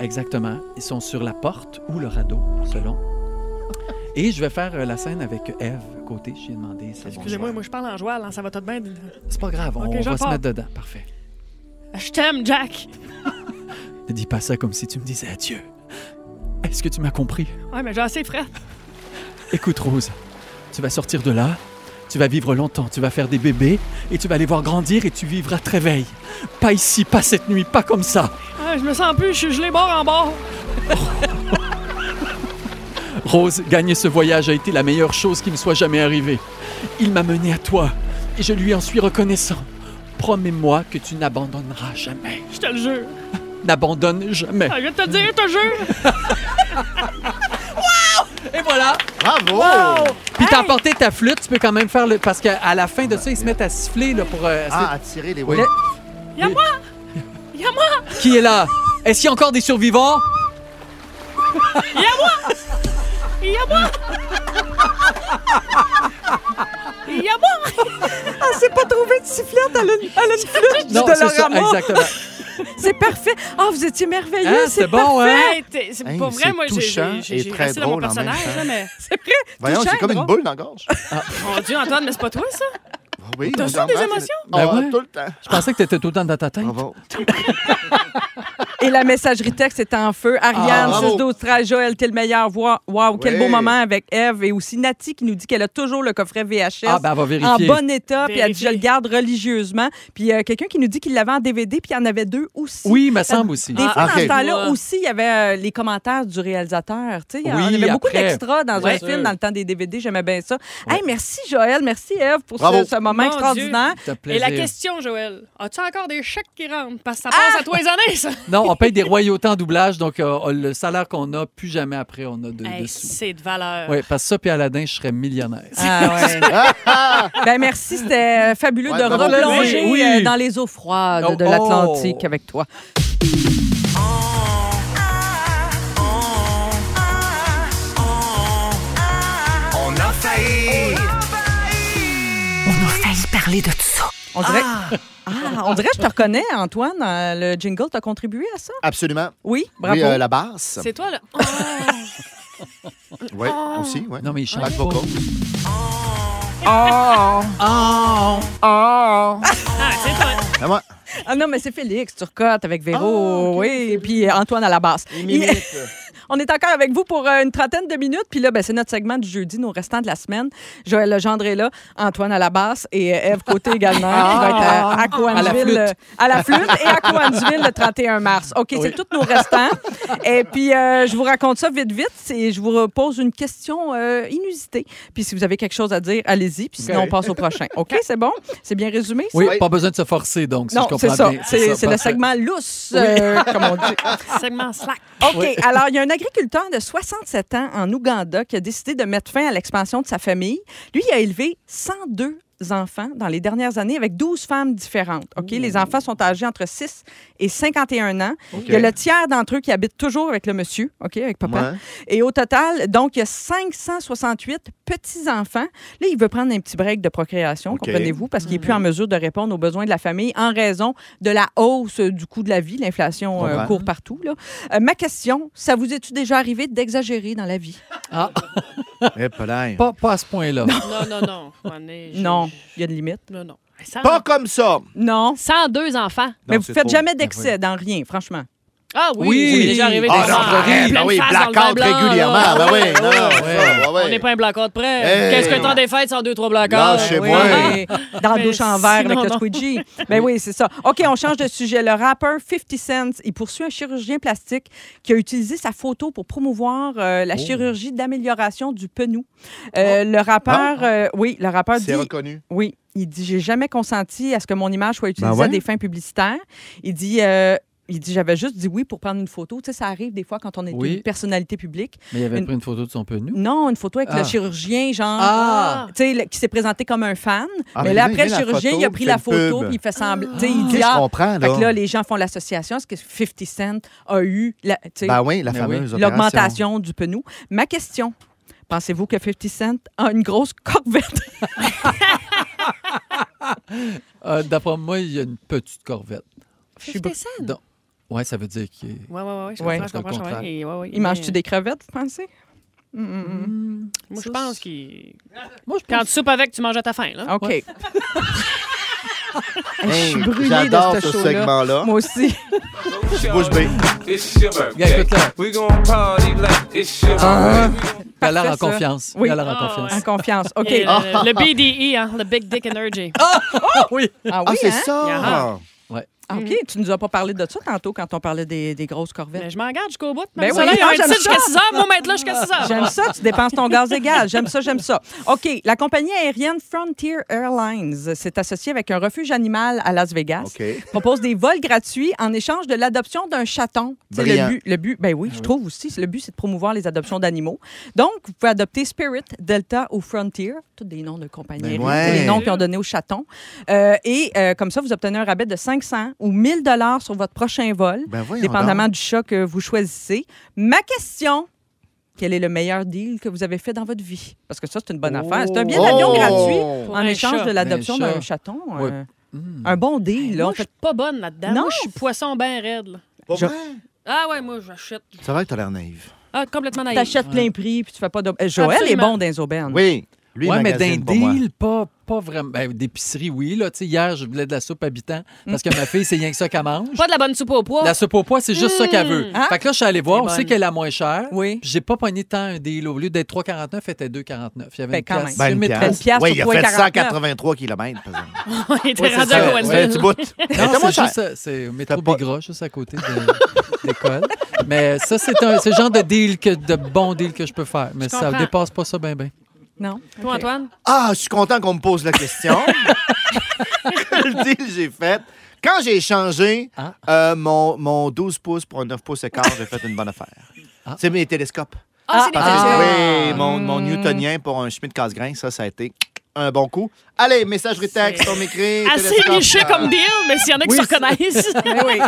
exactement ils sont sur la porte ou le radeau selon et je vais faire euh, la scène avec Eve côté. J'ai demandé. si elle va Excusez-moi, jouer. moi, je parle en joie, ça va tout de bien. C'est pas grave, on va se mettre dedans. Parfait. Je t'aime, Jack. Ne dis pas ça comme si tu me disais adieu. Est-ce que tu m'as compris? Ouais, mais j'ai assez frais. Écoute, Rose, tu vas sortir de là, tu vas vivre longtemps, tu vas faire des bébés et tu vas les voir grandir et tu vivras Tréveil. Pas ici, pas cette nuit, pas comme ça. Ah, je me sens plus, je suis gelé bord en bord. Rose, gagner ce voyage a été la meilleure chose qui me soit jamais arrivée. Il m'a mené à toi et je lui en suis reconnaissant. Promets-moi que tu n'abandonneras jamais. Je te le jure. N'abandonne jamais. Ah, je vais te le dire, je te le jure. Et voilà. Bravo! Puis t'as apporté ta flûte, tu peux quand même faire le. Parce qu'à la fin de ça, ils se mettent à siffler là, pour. euh, Ah, c'est- attirer les Oui. oui. Y'a moi. Y'a moi. Qui est là? Est-ce qu'il y a encore des survivants? Y'a moi. Y'a moi. Y'a moi. Elle s'est pas trouvée de sifflette, elle a une, elle a une flûte du Non, c'est ça, Dolorama. exactement. c'est parfait. Ah, vous étiez merveilleux, Hein, c'est c'était bon, hein? parfait. Hey, t'es- c'est Hey, pour c'est vrai, moi, j'ai- touchant j'ai j'ai- et j'ai très resté dans mon drôle en même personnage, temps. là, mais. C'est vrai. Voyons, Touchant c'est et comme une drôle. boule dans la gorge. Ah Mon Dieu, Antoine, mais c'est pas toi, ça? Oui, T'as ça, bizarrement, des c'est- émotions? Ben Ah, ouais. Tout le temps. Je pensais que t'étais tout le temps dans ta tête. Et la messagerie texte est en feu. Ah, Ariane, bravo. 6 12 13 Joël, t'es le meilleur. Wow, wow, quel Oui. beau moment avec Eve. Et aussi Nati qui nous dit qu'elle a toujours le coffret VHS. Ah, ben, elle va vérifier. En bon état. Puis elle dit, Vérifier. je le garde religieusement. Puis euh, quelqu'un qui nous dit qu'il l'avait en DVD, puis il y en avait deux aussi. Oui, me Fait- semble aussi. Des Ah, fois, ok. dans ce temps-là Ouais. aussi, il y avait euh, les commentaires du réalisateur. Tu sais, Oui, on avait beaucoup après. d'extras dans Bien un sûr. film dans le temps des DVD. J'aimais bien ça. Hey, merci Joël, merci Eve pour ce, Bravo. ce moment Mon extraordinaire. Dieu. Ça fait Et la plaisir. question, Joël, as-tu encore des chèques qui rentrent? Parce que Ah! ça passe à tous les années, ça. Non, on paye des royautés en doublage, donc euh, le salaire qu'on a, plus jamais après, on a de, Hey, de sous. c'est de valeur. Oui, parce que ça, puis Aladdin, je serais millionnaire. Ah ouais. ben merci, c'était fabuleux Ah, Ouais, de bravo. replonger Oui. euh, dans les eaux froides de Oh, oh. l'Atlantique avec toi. On a failli. On a failli parler de tout ça. On dirait, ah. on dirait que je te reconnais, Antoine. Euh, Le jingle t'a contribué à ça? Absolument. Oui, bravo. Oui, euh, la basse. C'est toi, là. Oui, aussi, oui. Non, mais il chante Back pas. vocal. Oh! Oh! Oh! Ah, c'est toi. Ah, moi. Ah non, mais c'est Félix Turcotte avec Véro, oui, puis Antoine à la basse. Il m'imite. Il- On est encore avec vous pour euh, une trentaine de minutes. Puis là, ben, c'est notre segment du jeudi, nos restants de la semaine. Joël Legendre est là, Antoine à la basse et euh, Ève Côté également. qui va être à, à Coansville, euh, à la flûte et à Coansville le 31 mars. OK, c'est tous nos restants. Et puis, euh, je vous raconte ça vite, vite. Et je vous pose une question euh, inusitée. Puis si vous avez quelque chose à dire, allez-y. Puis sinon, OK. on passe au prochain. OK, c'est bon? C'est bien résumé? ça? Oui, pas besoin de se forcer, donc, si Non, je comprends c'est ça. bien. C'est- c'est le parfait. segment lousse, euh, comme on dit. Ah, Segment slack. OK. Alors, il y a un agriculteur de 67 ans en Ouganda qui a décidé de mettre fin à l'expansion de sa famille. Lui, il a élevé 102 enfants dans les dernières années avec 12 femmes différentes. OK? Les enfants sont âgés entre 6 et 51 ans. Il y a le tiers d'entre eux qui habitent toujours avec le monsieur, OK, avec papa. Ouais. Et au total, donc, il y a 568 petits-enfants. Là, il veut prendre un petit break de procréation, comprenez-vous, parce qu'il n'est plus Mhm. en mesure de répondre aux besoins de la famille en raison de la hausse du coût de la vie. L'inflation euh, Comprends. court partout. là. Euh, ma question, ça vous est-tu déjà arrivé d'exagérer dans la vie? Ah. eh, Pas, pas à ce point-là. Non, non, non. On est- je- Non, il y a une limite. Non, non. Cent- comme ça. Non. 102 enfants. Mais vous faites jamais d'excès dans rien, franchement. Ah oui, Oui. c'est déjà arrivé Ah, des non, enfants. Floride, Pleine ben oui, face dans le Ah vin blackout blanc, là. régulièrement, ben oui, non, non, ça, ouais, ouais. On n'est pas un blackout prêt. Hey. Qu'est-ce que le temps des fêtes sans deux, trois blackouts? Lâchez-moi. Oui. Dans la Mais douche en verre avec sinon, le non. squeegee. Ben oui, c'est ça. OK, on change de sujet. Le rappeur 50 Cent, il poursuit un chirurgien plastique qui a utilisé sa photo pour promouvoir euh, la Oh. Ah. chirurgie d'amélioration du penou. Euh, Le rappeur, euh, oui, le rappeur dit... C'est reconnu. Oui, il dit j'ai jamais consenti à ce que mon image soit utilisée Ben ouais. à des fins publicitaires. Il dit euh, il dit j'avais juste dit oui pour prendre une photo. Tu sais ça arrive des fois quand on est Oui. une personnalité publique. Mais il avait Une- pris une photo de son peu nu. Non, une photo avec Ah. le chirurgien genre Ah. tu sais le- qui s'est présenté comme un fan. Ah, mais mais là lui, après le il met la chirurgien photo, il a pris il la fait une photo pub. puis il fait semblant tu sais il Ah. dit Je ah. comprends, Fait que là. là les gens font l'association est-ce que 50 Cent a eu la tu sais, Ben oui, la fameuse opération. l'augmentation du penou. Ma question Pensez-vous que 50 Cent a une grosse corvette? Euh, D'après moi, il y a une petite corvette. 50 Cent? Non. Ouais, ça veut dire qu'il est... Ouais, ouais, ouais, je Ouais. comprends, je comprends, je comprends. Contraire. Et ouais, ouais, Il mais- mange-tu des crevettes, vous pensez? Mm, Moi, je pense qu'il. Moi, Quand tu soupes avec, tu manges à ta faim, là. OK. Ouais. Je Hey, suis brûlée j'adore de ce, ce show-là. segment-là. Moi aussi. C'est bouche bée. It's your Euh, birthday. Yeah, good luck. We gon' party like it's your Ah. birthday. Il a l'air en Parfait, ça. confiance. Oui. Il a l'air en Ah, confiance. En confiance. OK. Et euh, le, le BDE, hein, le Big Dick Energy. Ah! oui. Ah Ah, oui, c'est hein? ça. Yeah. Ouais. Ah, OK, tu nous as pas parlé de ça tantôt quand on parlait des, des grosses corvettes. Mais je m'en garde jusqu'au bout. Ben Ben oui, oui, ah, un j'aime titre jusqu'à ça. 6 heures, moi, maintenant, là, jusqu'à 6 heures. J'aime ça, tu dépenses ton gaz égal. J'aime ça, j'aime ça. OK, la compagnie aérienne Frontier Airlines s'est associée avec un refuge animal à Las Vegas. Propose des vols gratuits en échange de l'adoption d'un chaton. Tu sais, Brillant. Ah Le but, le but, ben oui, je trouve aussi, le but, c'est de promouvoir les adoptions d'animaux. Donc, vous pouvez adopter Spirit, Delta ou Frontier, tous des noms de compagnies aériennes, Ben tu sais, ouais. les noms qu'ils ont donnés aux chatons. Euh, et euh, comme ça, vous obtenez un rabais de 500 ou 1000 dollars sur votre prochain vol, Ben voyons dépendamment donc. du chat que vous choisissez. Ma question, quel est le meilleur deal que vous avez fait dans votre vie? Parce que ça, c'est une bonne affaire. C'est un billet d'avion Oh! gratuit Pour en un échange chat. de l'adoption Un d'un chat. chaton. Oui. euh, Un bon deal. Là, Moi, en je fait. suis pas bonne là-dedans. Non. Moi, je suis poisson bien raide. là. Je- Ah ouais, moi, j'achète. C'est vrai que t'as l'air naïve. Ah, complètement naïf. T'achètes plein prix puis tu fais pas de. Euh, Joël est Absolument. bon dans les aubaines. Oui. Lui, il ouais, mais d'un magasine pour moi. deal, pas, pas vraiment. Ben, d'épicerie, oui. Là. Tu sais, Hier, je voulais de la soupe habitant parce que ma fille, c'est rien que ça qu'elle mange. Pas de la bonne soupe au poids. La soupe au poids, c'est juste ça qu'elle Mm. veut. Hein? Fait que là, je suis allé voir, Elle est on sait bonne. qu'elle est la moins chère. Hmm. Ah. Oui. J'ai pas pogné tant un deal. Au lieu d'être 3,49, elle était 2,49. Il y avait Ben, une quand pièce. Ben, J'ai une mis pièce. 30 pièces Oui, pour il a fait 3,49. 183 km. par exemple. Il Ouais, était c'est rendu ça. à C'est un petit bout. Non, C'était moins c'est cher. juste, euh, c'est au métro Bigra, juste à côté de l'école. Mais ça, c'est un- c'est le genre de deal, que, de bon deal que je peux faire. Mais Je ça comprends. dépasse pas ça ben ben. Non. Toi, Antoine? Ah, je suis content qu'on me pose la question. Quel deal j'ai fait? Quand j'ai changé euh, mon, mon 12 pouces pour un 9 pouces écart, j'ai fait une bonne affaire. C'est mes télescopes. Ah, c'est des Parce que- télescopes. Oui, mon, mon newtonien pour un chemin de casse-grain, ça, ça a été un bon coup. Allez, messagerie texte, on m'écrit. Assez télescope. niché comme deal, mais s'il y en a qui Euh, Oui, se c'est- reconnaissent, Ben oui.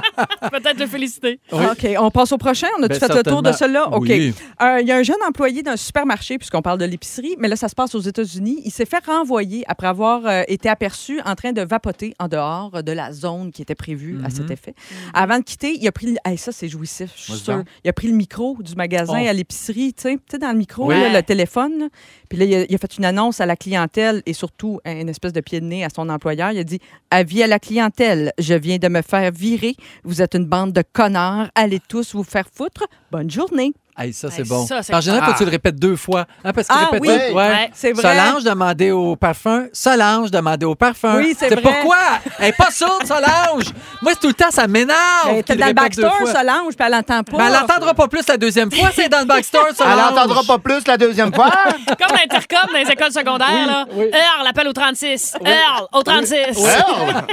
peut-être le féliciter. Ah, OK, on passe au prochain. On a-tu Ben, fait le tour de celui-là? certainement. OK. Euh, Il Oui. y a un jeune employé d'un supermarché, puisqu'on parle de l'épicerie, mais là, ça se passe aux États-Unis. Il s'est fait renvoyer après avoir euh, été aperçu en train de vapoter en dehors de la zone qui était prévue à cet effet. Avant de quitter, il a pris. le- Hey, ça, c'est jouissif, je suis Mhm. Vas-y sûre. donc. Il a pris le micro du magasin Oh. à l'épicerie, tu sais, tu sais, dans le micro, Ouais. là, le téléphone. là. Puis là, il a, il a fait une annonce à la clientèle et surtout un- une espèce de pied de nez à son employeur. Il a dit Avis à la clientèle, je viens de me faire virer. Vous êtes une bande de connards. Allez tous vous faire foutre. Bonne journée. Hey, ça, c'est Hey, bon. ça, c'est- en général, faut que tu Ah. le répètes deux fois. Hein, parce qu'il Ah répète oui, tout, ouais, c'est vrai. Solange demandait au parfum. Solange demandait au parfum. Oui, c'est C'est vrai. pourquoi? Elle n'est pas sourde, Solange. Moi, c'est tout le temps, ça m'énerve. Elle était qu'il dans le répète deux backstore, fois. Solange, puis elle n'entend pas. Mais elle n'entendra pas plus la deuxième fois. C'est dans le backstore, Solange. Elle n'entendra pas plus la deuxième fois. Comme l'intercom dans les écoles secondaires, là. Earl, l'appel au 36. Earl, au 36. Earl!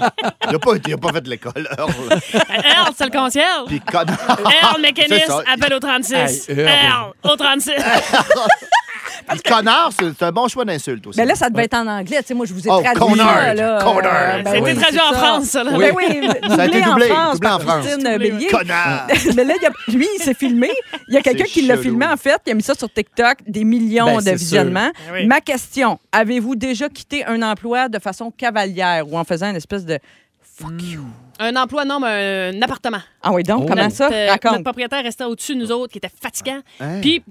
Il n'a pas, il a pas fait de l'école, Earl. Ben, Earl, c'est le concierge. Puis connard. Earl, mécaniste, C'est ça. appel au 36. Hey, Earl. Earl, au 36. Puis Connard, c'est c'est un bon choix d'insulte aussi. Mais Ben là, ça devait être en anglais. Tu sais, moi, je vous ai Oh, traduit. connard, ça, là. connard. ben Ça a été oui, traduit c'est en France, ça, là. Ben Oui. oui, Ça a été doublé, doublé en par France. Christine Doublé, Bélier. oui. Connard. Mais là, il y a- lui, il s'est filmé. Il y a quelqu'un C'est qui l'a chelou. filmé, en fait. Il a mis ça sur TikTok, des millions Ben, de c'est visionnements. sûr. Ben oui. Ma question, avez-vous déjà quitté un emploi de façon cavalière ou en faisant une espèce de... Un emploi, non, mais un appartement. Ah oui, Oh. donc, comment Notre, ça? euh, Notre Raconte. propriétaire restait au-dessus de nous autres, qui était fatigant. Hein? Puis,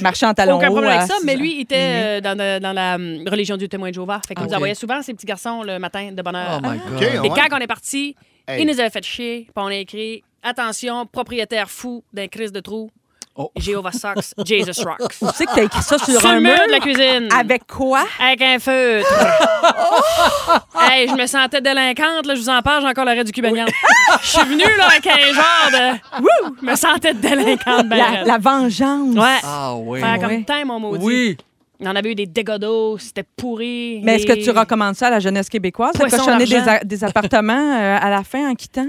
Marchant en talons aucun hauts problème à avec ça, six mais ans. lui, il était euh, dans, la- dans la hum, religion du témoin de Jéhovah. Fait qu'il Ok. nous envoyait souvent ces petits garçons le matin de bonne heure. Oh my Ah. God. Puis Ok, ouais. quand on est parti, Hey. il nous avait fait chier, puis on a écrit Attention, propriétaire fou d'un crise de trou. Oh. Jéhovah sucks, Jesus rocks. Tu sais que t'as écrit ça sur Sur un le mur? mur de la cuisine. Avec quoi? Avec un feutre. hey, je me sentais délinquante, là, je vous en parle, j'ai encore l'arrêt du cul baignant. Je suis venue là, avec un genre de. Wouh! Je me sentais délinquante, ben La, raide. la Ah vengeance. Ouais. Ah oui. Faire comme Ouais. temps, mon maudit. Oui. On avait eu des dégâts d'eau, c'était pourri. Mais est-ce que des- tu recommandes ça à la jeunesse québécoise, de Poisson cochonner des, d'argent. a- des appartements euh, à la fin en quittant?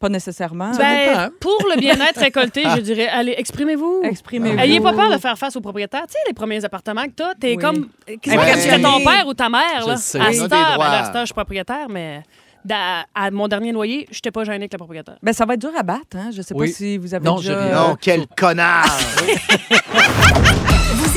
Pas nécessairement. hein. Ben, pour le bien-être récolté, je dirais, allez, exprimez-vous. Exprimez-vous. ben, Ayez pas peur de faire face aux propriétaires. Tu sais, les premiers appartements que t'as, t'es Oui. comme. Qu'est-ce Ouais. que c'était ton père ou ta Je mère, là? À sais. cette On a heure, des ben, droits. à cette heure, je suis propriétaire, mais dans- à mon dernier loyer, j'étais pas gênée avec le propriétaire. Ben, ça va être dur à battre. Hein? Je sais Oui. pas si vous avez Non, déjà... euh, j'ai rien. Non, quel connard! Vous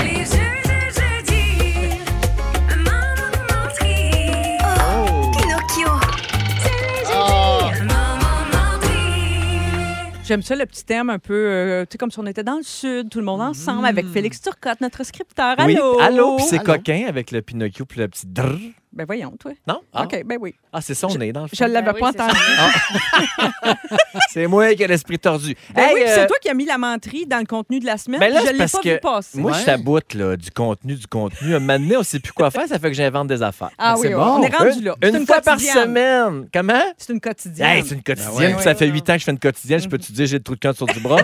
Les jeux de jeudi, maman menterie. Oh, Pinocchio. C'est les jeudis, maman menterie. J'aime ça, le petit thème un peu, euh, tu sais, comme si on était dans le Sud, tout le monde ensemble, avec Félix Turcotte, notre scripteur. Oui, Allô? allô, puis c'est Allô? coquin avec le Pinocchio puis le petit drrr. Ben voyons, toi. Non? Ah. OK, ben oui. Ah, c'est ça, on est dans le Je fond. ne l'avais Ben pas oui, c'est entendu. C'est moi qui ai l'esprit tordu. Ben Hey, oui, puis euh, c'est toi qui as mis la menterie dans le contenu de la semaine. Ben là, je ne c'est l'ai parce pas que vu passer. moi, je sabote là, du contenu, du contenu. Un moment donné, on ne sait plus quoi faire, ça fait que j'invente des affaires. Ah Mais oui, c'est oui, on est rendu Une- là. C'est Une, une fois par quotidienne. semaine. Comment? C'est une quotidienne. Mm. Hey, c'est une quotidienne. Ben ouais. puis ça fait huit ans que je fais une quotidienne. Je peux te dire, j'ai le trou de canne sur du bras.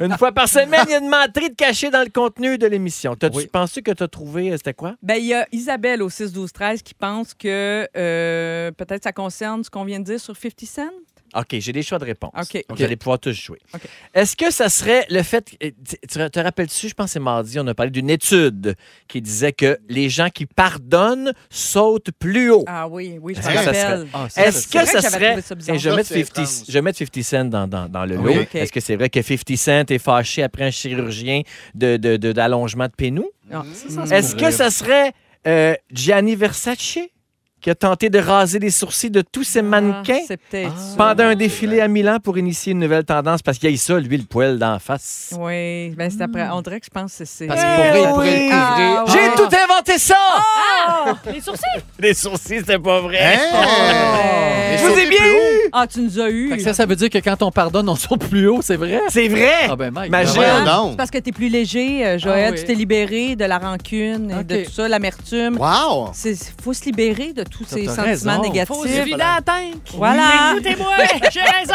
une fois par semaine, il y a une menterie de cachée dans le contenu de l'émission. T'as-tu pensé que tu as trouvé, euh, c'était quoi? Ben, il y a Isabelle au 6-12-13 qui pense que euh, peut-être ça concerne ce qu'on vient de dire sur 50 Cent. OK, j'ai des choix de réponse. OK. Vous allez pouvoir tous jouer. Est-ce que ça serait le fait. que- Tu tu te rappelles-tu, je pense que c'est mardi, on a parlé d'une étude qui disait que les gens qui pardonnent sautent plus haut. Ah oui, oui, je Est-ce me que ça rappelle. serait. Ah, Est-ce que ça Ah serait. Et je vais mettre mets 50, je vais mettre 50 Cent dans, dans- dans le lot. Oui, OK. Est-ce que c'est vrai que 50 Cent est fâché après un chirurgien d'allongement de, de, d'allongement de pénou? Est-ce que Ah, ça serait euh, Gianni Versace qui a tenté de raser les sourcils de tous ses mannequins Ah, c'est peut-être pendant un défilé à Milan pour initier une nouvelle tendance parce qu'il y a ça, lui, le poil d'en face? Oui, ben c'est après. On dirait que je pense que c'est. Parce qu'il pourrait- il pourrait le couvrir. J'ai tout inventé ça! Ah! Les sourcils! Les sourcils, c'était pas vrai! Hein? Ah, eh, Je vous ai bien eu! Ah, tu nous as eu! Ça, ça veut dire que quand on pardonne, on saute plus haut, c'est vrai? C'est vrai! Ah ben, Mike, Imagine. bravo. C'est parce que t'es plus léger, euh, Joël. Ah oui. Tu t'es libéré de la rancune et de OK. tout ça, l'amertume. Wow! Il faut se libérer de tous T'as- ces t'as sentiments raison. négatifs. Faut se vider la tank. Voilà. Écoutez-moi, j'ai raison.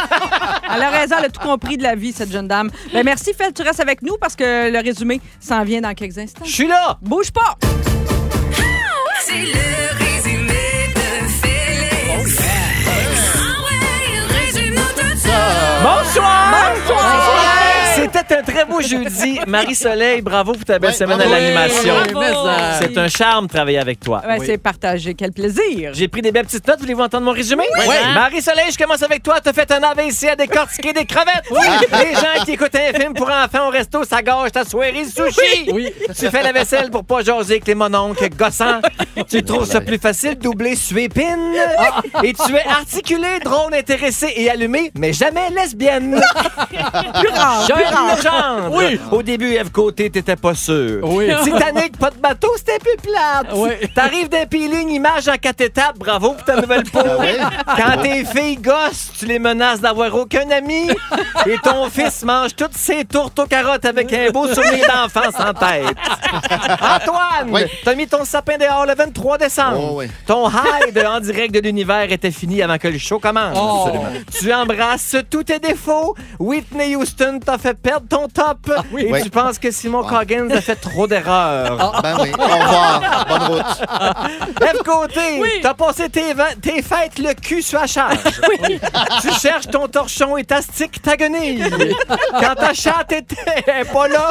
Elle a raison, elle a tout compris de la vie, cette jeune dame. Ben, merci, Phil. Tu restes avec nous parce que le résumé s'en vient dans quelques instants. Je suis là! Bouge pas! C'est le résumé de Félix. Ah ouais, résume-nous tout ça. Bonsoir! Bonsoir! C'était un très beau jeudi. Marie-Soleil, bravo pour ta belle Ben semaine à bravo. l'animation. Oui, mais, euh, C'est un charme travailler avec toi. Ben, C'est partagé. Quel plaisir! J'ai pris des belles petites notes. Voulez-vous entendre mon résumé? Oui. Oui. Marie-Soleil, je commence avec toi. T'as fait un AVC à décortiquer des crevettes. Ah. Les gens qui écoutent un film pour enfants au resto, ça gâche ta soirée de sushi. Oui. Tu fais la vaisselle pour pas jaser avec les mononcles gossants. tu trouves ça plus facile doubler suépine. Et tu es articulé, drôle, intéressé et allumé, mais jamais lesbienne. Plus rare, plus rare. une chance. Oui. Au début, Eve Côté, t'étais pas sûr. Oui. Titanic, pas de bateau, c'était un peu plate. T'arrives d'un peeling, image en quatre étapes, bravo pour ta nouvelle peau. Ben Ah oui? Quand tes filles gossent, tu les menaces d'avoir aucun ami. Et ton fils mange toutes ses tourtes aux carottes avec un beau sourire d'enfance en tête. Antoine, t'as mis ton sapin dehors le 23 Oh, décembre. Ton hide en direct de l'univers était fini avant que le show commence. Oh. Absolument. Tu embrasses tous tes défauts. Whitney Houston t'a fait perdre ton top. Et Ah Oui. tu penses que Simon Coggins a fait trop d'erreurs. Ah. Ben oui. Au revoir. Bonne route. Lève côté. T'as passé tes, ve- tes fêtes le cul sur la charge. tu cherches ton torchon et ta stick ta guenille. Quand ta chatte était pas là,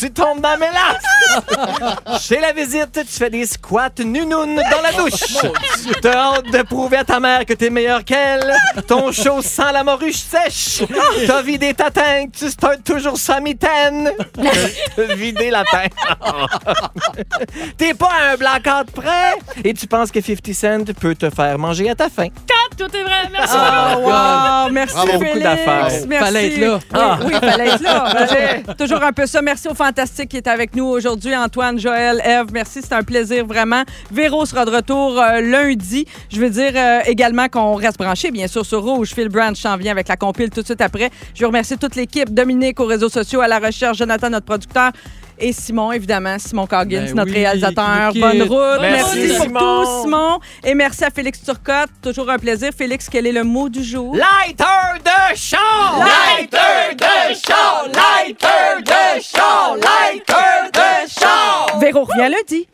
tu tombes dans la mélasse. Chez la visite, tu fais des squats nounoun dans la douche. Mon T'as hâte de prouver à ta mère que t'es meilleur qu'elle. Ton show sent la morue sèche. T'as vidé ta tank, tu startes toujours sans mitaine. T'as vidé la tank. T'es pas à un blackout prêt et tu penses que 50 Cent peut te faire manger à ta faim. Quatre, tout est vrai. Merci. Ah, beaucoup. wow, Oh, merci Bravo. Félix. Beaucoup d'affaires. Merci. Fallait être là. Oui, Ah. Oui, fallait être là. Fallait. Toujours un peu ça. Merci au Fantastique qui est avec nous aujourd'hui. Antoine, Joël, Eve, merci. C'est un plaisir vraiment. Véro sera de retour euh, lundi. Je veux dire euh, également qu'on reste branché, bien sûr, sur Rouge. Phil Branch s'en vient avec la compile tout de suite après. Je remercie toute l'équipe, Dominique aux réseaux sociaux, à la recherche, Jonathan, notre producteur. Et Simon, évidemment, Simon Coggins, Ben notre oui, réalisateur. qui nous Bonne quitte. route. Merci, Merci, pour Simon. tout, Simon. Et merci à Félix Turcotte. Toujours un plaisir. Félix, quel est le mot du jour? Lighter de char! Lighter de char! Lighter de char! Lighter de char! Véro revient lundi.